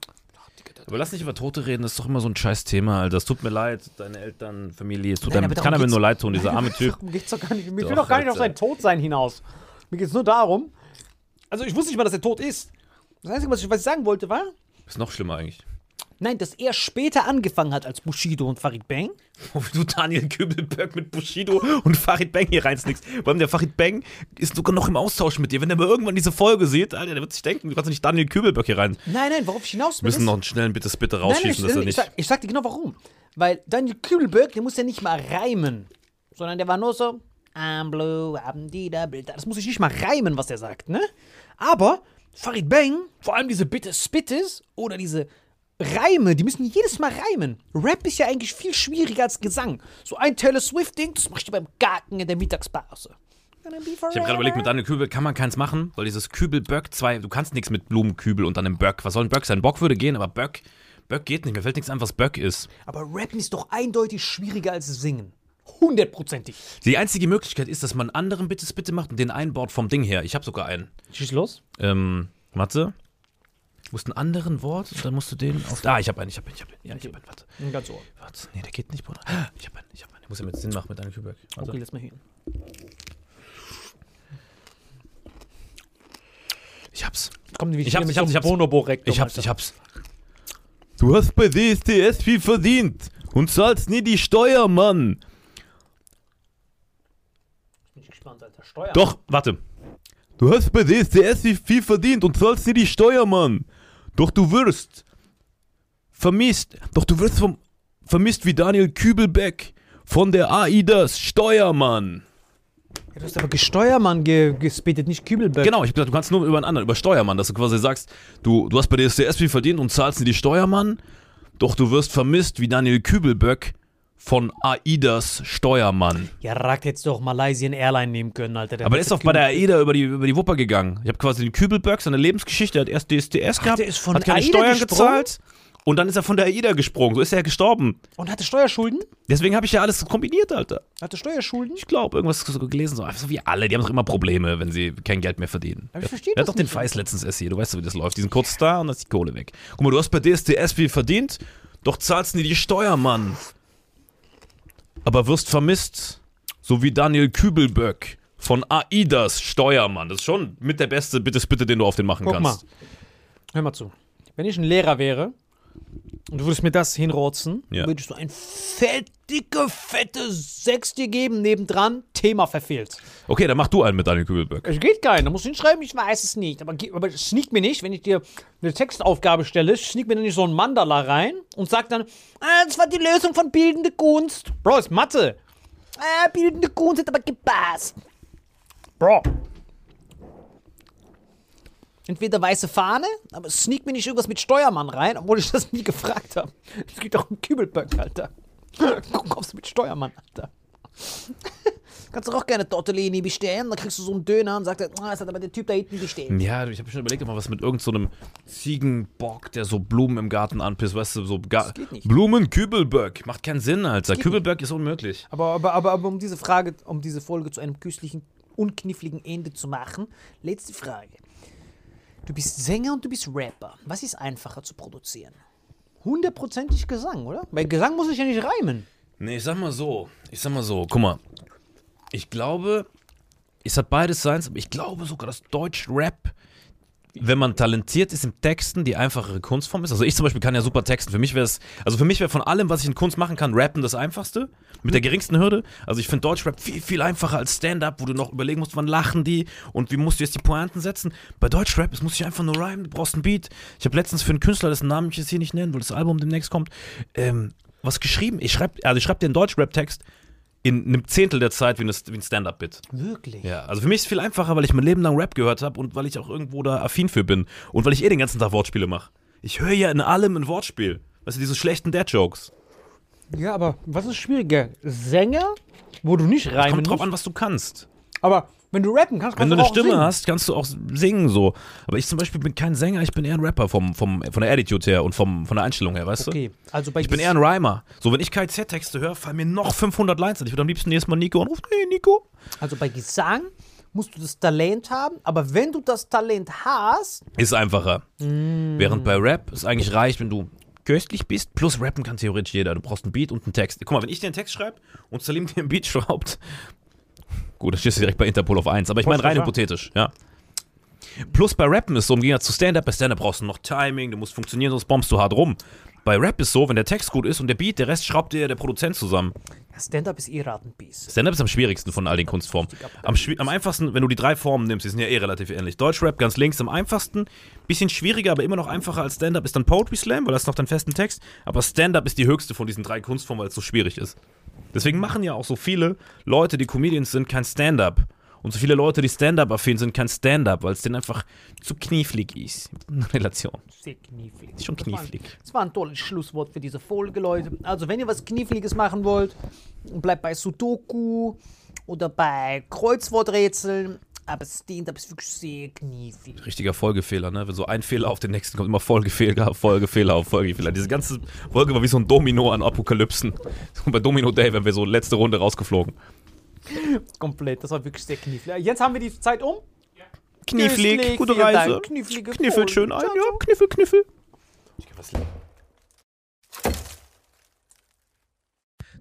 C: Aber lass nicht über Tote reden, das ist doch immer so ein scheiß Thema, Alter. Es tut mir leid, deine Eltern, Familie, es tut
B: Nein,
C: einem,
B: aber darum
C: kann einem
B: geht's-
C: nur leid tun, dieser arme Typ.
B: Darum geht's doch gar nicht. Ich will
C: Doch,
B: doch gar nicht auf
C: Alter.
B: sein Todsein hinaus. Mir geht's nur darum. Also, ich wusste nicht mal, dass er tot ist. Das Einzige, was ich, was ich sagen wollte, war,
C: Ist noch schlimmer eigentlich.
B: nein, dass er später angefangen hat als Bushido und Farid Bang.
C: Oh, wie du Daniel Kübelberg mit Bushido und Farid Bang hier reinsnickst. Vor allem der Farid Bang ist sogar noch im Austausch mit dir. Wenn der mal irgendwann diese Folge sieht, Alter, der wird sich denken, du kannst doch nicht Daniel Kübelberg hier rein. Wir
B: Nein, nein, worauf ich hinaus will.
C: müssen
B: ist-
C: noch einen schnellen Bitte Bitte
B: Nein, nein,
C: rausschießen,
B: ich,
C: dass er
B: ich,
C: nicht.
B: sag, ich sag dir genau warum. Weil Daniel Kübelberg, der muss ja nicht mal reimen, sondern der war nur so I'm blue, I'm die da, blue, da. Das muss ich nicht mal reimen, was der sagt, ne? Aber Farid Bang, vor allem diese Bitte Spittes oder diese Reime, die müssen jedes Mal reimen. Rap ist ja eigentlich viel schwieriger als Gesang. So ein Taylor Swift-Ding, das machst du beim Garten in der Mittagspause.
C: Ich habe gerade überlegt, mit Daniel Kübel kann man keins machen, weil dieses Kübel-Böck 2, du kannst nichts mit Blumenkübel und dann einem Böck. Was soll ein Böck sein? Bock würde gehen, aber Böck, Böck geht nicht. Mir fällt nichts ein, was Böck ist.
B: Aber Rappen ist doch eindeutig schwieriger als Singen. Hundertprozentig.
C: Die einzige Möglichkeit ist, dass man anderen Bittes Bitte macht und den einbaut vom Ding her. Ich habe sogar einen.
B: Schieß los.
C: Ähm, warte. Du musst einen anderen Wort und dann musst du den auf. Ah, ich habe einen, ich habe einen, ich habe einen. Ja, ich habe einen, warte.
B: Ganz ohr.
C: Warte. Nee, der geht nicht, Bruder. Ich habe einen, ich habe einen. Ich muss ja mit Sinn machen mit Daniel Kübel. Warte.
B: Okay, lass mal hin.
C: Ich hab's.
B: Kommt wie
C: Ich hab's, ich hab's, ich hab's.
B: Bonobo-Rektum.
C: Ich hab's, ich hab's.
F: Du hast bei DSDS viel verdient und zahlst nie die Steuer, Mann.
B: Ich bin gespannt, Alter. Steuern.
C: Doch, warte. Du hast bei DSDS nicht viel verdient und zahlst dir die Steuer, Mann. Doch du wirst vermisst. Doch du wirst vom, vermisst wie Daniel Kübelbeck von der AIDAS Steuermann.
B: Ja, du hast aber Gesteuermann ge gespittet, nicht Kübelberg.
C: Genau, ich hab gesagt, du kannst nur über einen anderen, über Steuermann, dass du quasi sagst, du, du hast bei DSDS viel verdient und zahlst dir die Steuermann, doch du wirst vermisst wie Daniel Kübelböck von AIDAS Steuermann.
B: Ja, ragt jetzt doch Malaysian Airline nehmen können, Alter.
C: Aber der ist doch bei der AIDA über die, über die Wupper gegangen. Ich habe quasi den Kübelböck, seine Lebensgeschichte, hat erst DSDS gehabt,
B: der ist von
C: hat keine
B: AIDA
C: Steuern
B: gesprungen?
C: gezahlt und dann ist er von der AIDA gesprungen. So ist er gestorben.
B: Und hatte Steuerschulden?
C: Deswegen habe ich ja alles kombiniert, Alter.
B: Hatte Steuerschulden?
C: Ich glaube, irgendwas so gelesen, so einfach so wie alle, die haben doch immer Probleme, wenn sie kein Geld mehr verdienen.
B: ich verstehe
C: Er hat
B: das
C: doch den
B: nicht.
C: Feis letztens erzählt, du weißt doch, wie das läuft. Die sind kurz da und dann ist die Kohle weg. Guck mal, du hast bei DSDS viel verdient, doch zahlst nie die Steuer, Mann. Aber wirst vermisst, so wie Daniel Kübelböck von AIDAS Steuermann. Das ist schon mit der beste Bittes bitte, den du auf den machen
B: Guck
C: kannst.
B: Hör mal zu. Wenn ich ein Lehrer wäre und du würdest mir das hinrotzen,
C: Ja.
B: würdest du ein fett, dicke, fette Sechs dir geben, nebendran, Thema verfehlt.
C: Okay, dann mach du einen mit Daniel Kübelböck.
B: Es geht keinen, da musst du hinschreiben, ich weiß es nicht. Aber, ge- aber sneak mir nicht, wenn ich dir eine Textaufgabe stelle, sneak mir dann nicht so ein Mandala rein und sag dann, ah, das war die Lösung von bildende Kunst. Bro, ist Mathe. Ah, bildende Kunst hat aber gepasst. Bro. Entweder weiße Fahne, aber sneak mir nicht irgendwas mit Steuermann rein, obwohl ich das nie gefragt habe. Es gibt auch einen Kübelböck, Alter. Guck, kommst du mit Steuermann, Alter. Kannst du auch gerne Tortellini bestellen, dann kriegst du so einen Döner und sagt, er, "Ah, das hat aber der Typ da hinten bestellt.
C: Ja, ich habe schon überlegt, ob man was mit irgendeinem so einem Ziegenbock, der so Blumen im Garten anpisst, weißt du, so Ga
B: geht nicht.
C: Blumen Kübelböck. Macht keinen Sinn, Alter. Kübelböck ist unmöglich.
B: Aber, aber, aber, aber um diese Frage, um diese Folge zu einem küsslichen, unkniffligen Ende zu machen, letzte Frage. Du bist Sänger und du bist Rapper. Was ist einfacher zu produzieren? Hundertprozentig Gesang, oder? Bei Gesang muss ich ja nicht reimen.
C: Nee, ich sag mal so. Ich sag mal so, guck mal. Ich glaube, es hat beides seins, aber ich glaube sogar, dass Deutschrap, wenn man talentiert ist im Texten, die einfachere Kunstform ist. Also ich zum Beispiel kann ja super texten. Für mich wäre es, also für mich wäre von allem, was ich in Kunst machen kann, Rappen das einfachste, mit der geringsten Hürde. Also ich finde Deutschrap viel, viel einfacher als Stand-Up, wo du noch überlegen musst, wann lachen die und wie musst du jetzt die Pointen setzen. Bei Deutschrap, es muss ich einfach nur rhymen, du brauchst einen Beat. Ich habe letztens für einen Künstler, dessen Namen ich jetzt hier nicht nennen, weil das Album demnächst kommt, ähm, was geschrieben. Ich schreibe, also ich schreibe den Deutschrap-Text in einem Zehntel der Zeit wie eine- wie ein Stand-Up-Bit.
B: Wirklich?
C: Ja, also für mich ist es viel einfacher, weil ich mein Leben lang Rap gehört habe und weil ich auch irgendwo da affin für bin und weil ich eh den ganzen Tag Wortspiele mache. Ich höre ja in allem ein Wortspiel. Weißt du, diese schlechten Dad-Jokes.
B: Ja, aber was ist schwieriger? Sänger, wo du nicht reimen
C: Kommt drauf
B: musst,
C: an, was du kannst.
B: aber wenn du rappen kannst, kannst
C: Wenn du
B: aber
C: eine
B: auch
C: Stimme
B: singen.
C: hast, kannst du auch singen so. Aber ich zum Beispiel bin kein Sänger, ich bin eher ein Rapper vom, vom, von der Attitude her und vom, von der Einstellung her, weißt
B: Okay,
C: du?
B: also bei
C: Ich bin eher ein Rhymer. So, wenn ich KZ-Texte höre, fallen mir noch 500 Lines ein. Ich würde am liebsten jedes Mal Nico und ruft, hey Nico.
B: Also bei Gesang musst du das Talent haben, aber wenn du das Talent hast,
C: Ist einfacher. Während bei Rap es eigentlich reicht, wenn du köstlich bist, plus rappen kann theoretisch jeder. Du brauchst einen Beat und einen Text. Guck mal, wenn ich dir einen Text schreibe und Salim dir einen Beat schraubt, gut, dann stehst du direkt bei Interpol auf 1, aber ich meine rein hypothetisch, ja. Plus bei Rappen ist so, im Gegensatz zu Stand-Up, bei Stand-Up brauchst du noch Timing, du musst funktionieren, sonst bombst du hart rum. Bei Rap ist so, wenn der Text gut ist und der Beat, der Rest schraubt dir der Produzent zusammen.
B: Stand-up ist eh Ratenpiece.
C: Stand-up ist am schwierigsten von all den Kunstformen. Am, schwi- am einfachsten, wenn du die drei Formen nimmst, die sind ja eh relativ ähnlich. Deutschrap ganz links am einfachsten, bisschen schwieriger, aber immer noch einfacher als Stand-up ist dann Poetry Slam, weil das noch deinen festen Text. Aber Stand-up ist die höchste von diesen drei Kunstformen, weil es so schwierig ist. Deswegen machen ja auch so viele Leute, die Comedians sind, kein Stand-up. Und so viele Leute, die Stand-up-affin sind, kein Stand-up, weil es denen einfach zu knieflig ist. Relation.
B: Sehr knifflig.
C: Ist schon
B: Das war ein-
C: knifflig.
B: Das war ein tolles Schlusswort für diese Folge, Leute. Also, wenn ihr was Kniffliges machen wollt, bleibt bei Sudoku oder bei Kreuzworträtseln. Aber Stand-up ist wirklich sehr knifflig.
C: Richtiger Folgefehler, ne? Wenn so ein Fehler auf den nächsten kommt, immer Folgefehler, Folgefehler auf Folgefehler. Diese ganze Folge war wie so ein Domino an Apokalypsen. So Bei Domino Day wären wir so letzte Runde rausgeflogen.
B: Komplett, das war wirklich sehr knifflig. Jetzt haben wir die Zeit um.
C: Knifflig,
B: Knifflig,
C: gute
B: vielen Dank.
C: Reise.
B: Knifflige
C: Kniffelt
B: Folge.
C: schön ein,
B: Ciao,
C: ja,
B: ciao.
C: kniffel, kniffel.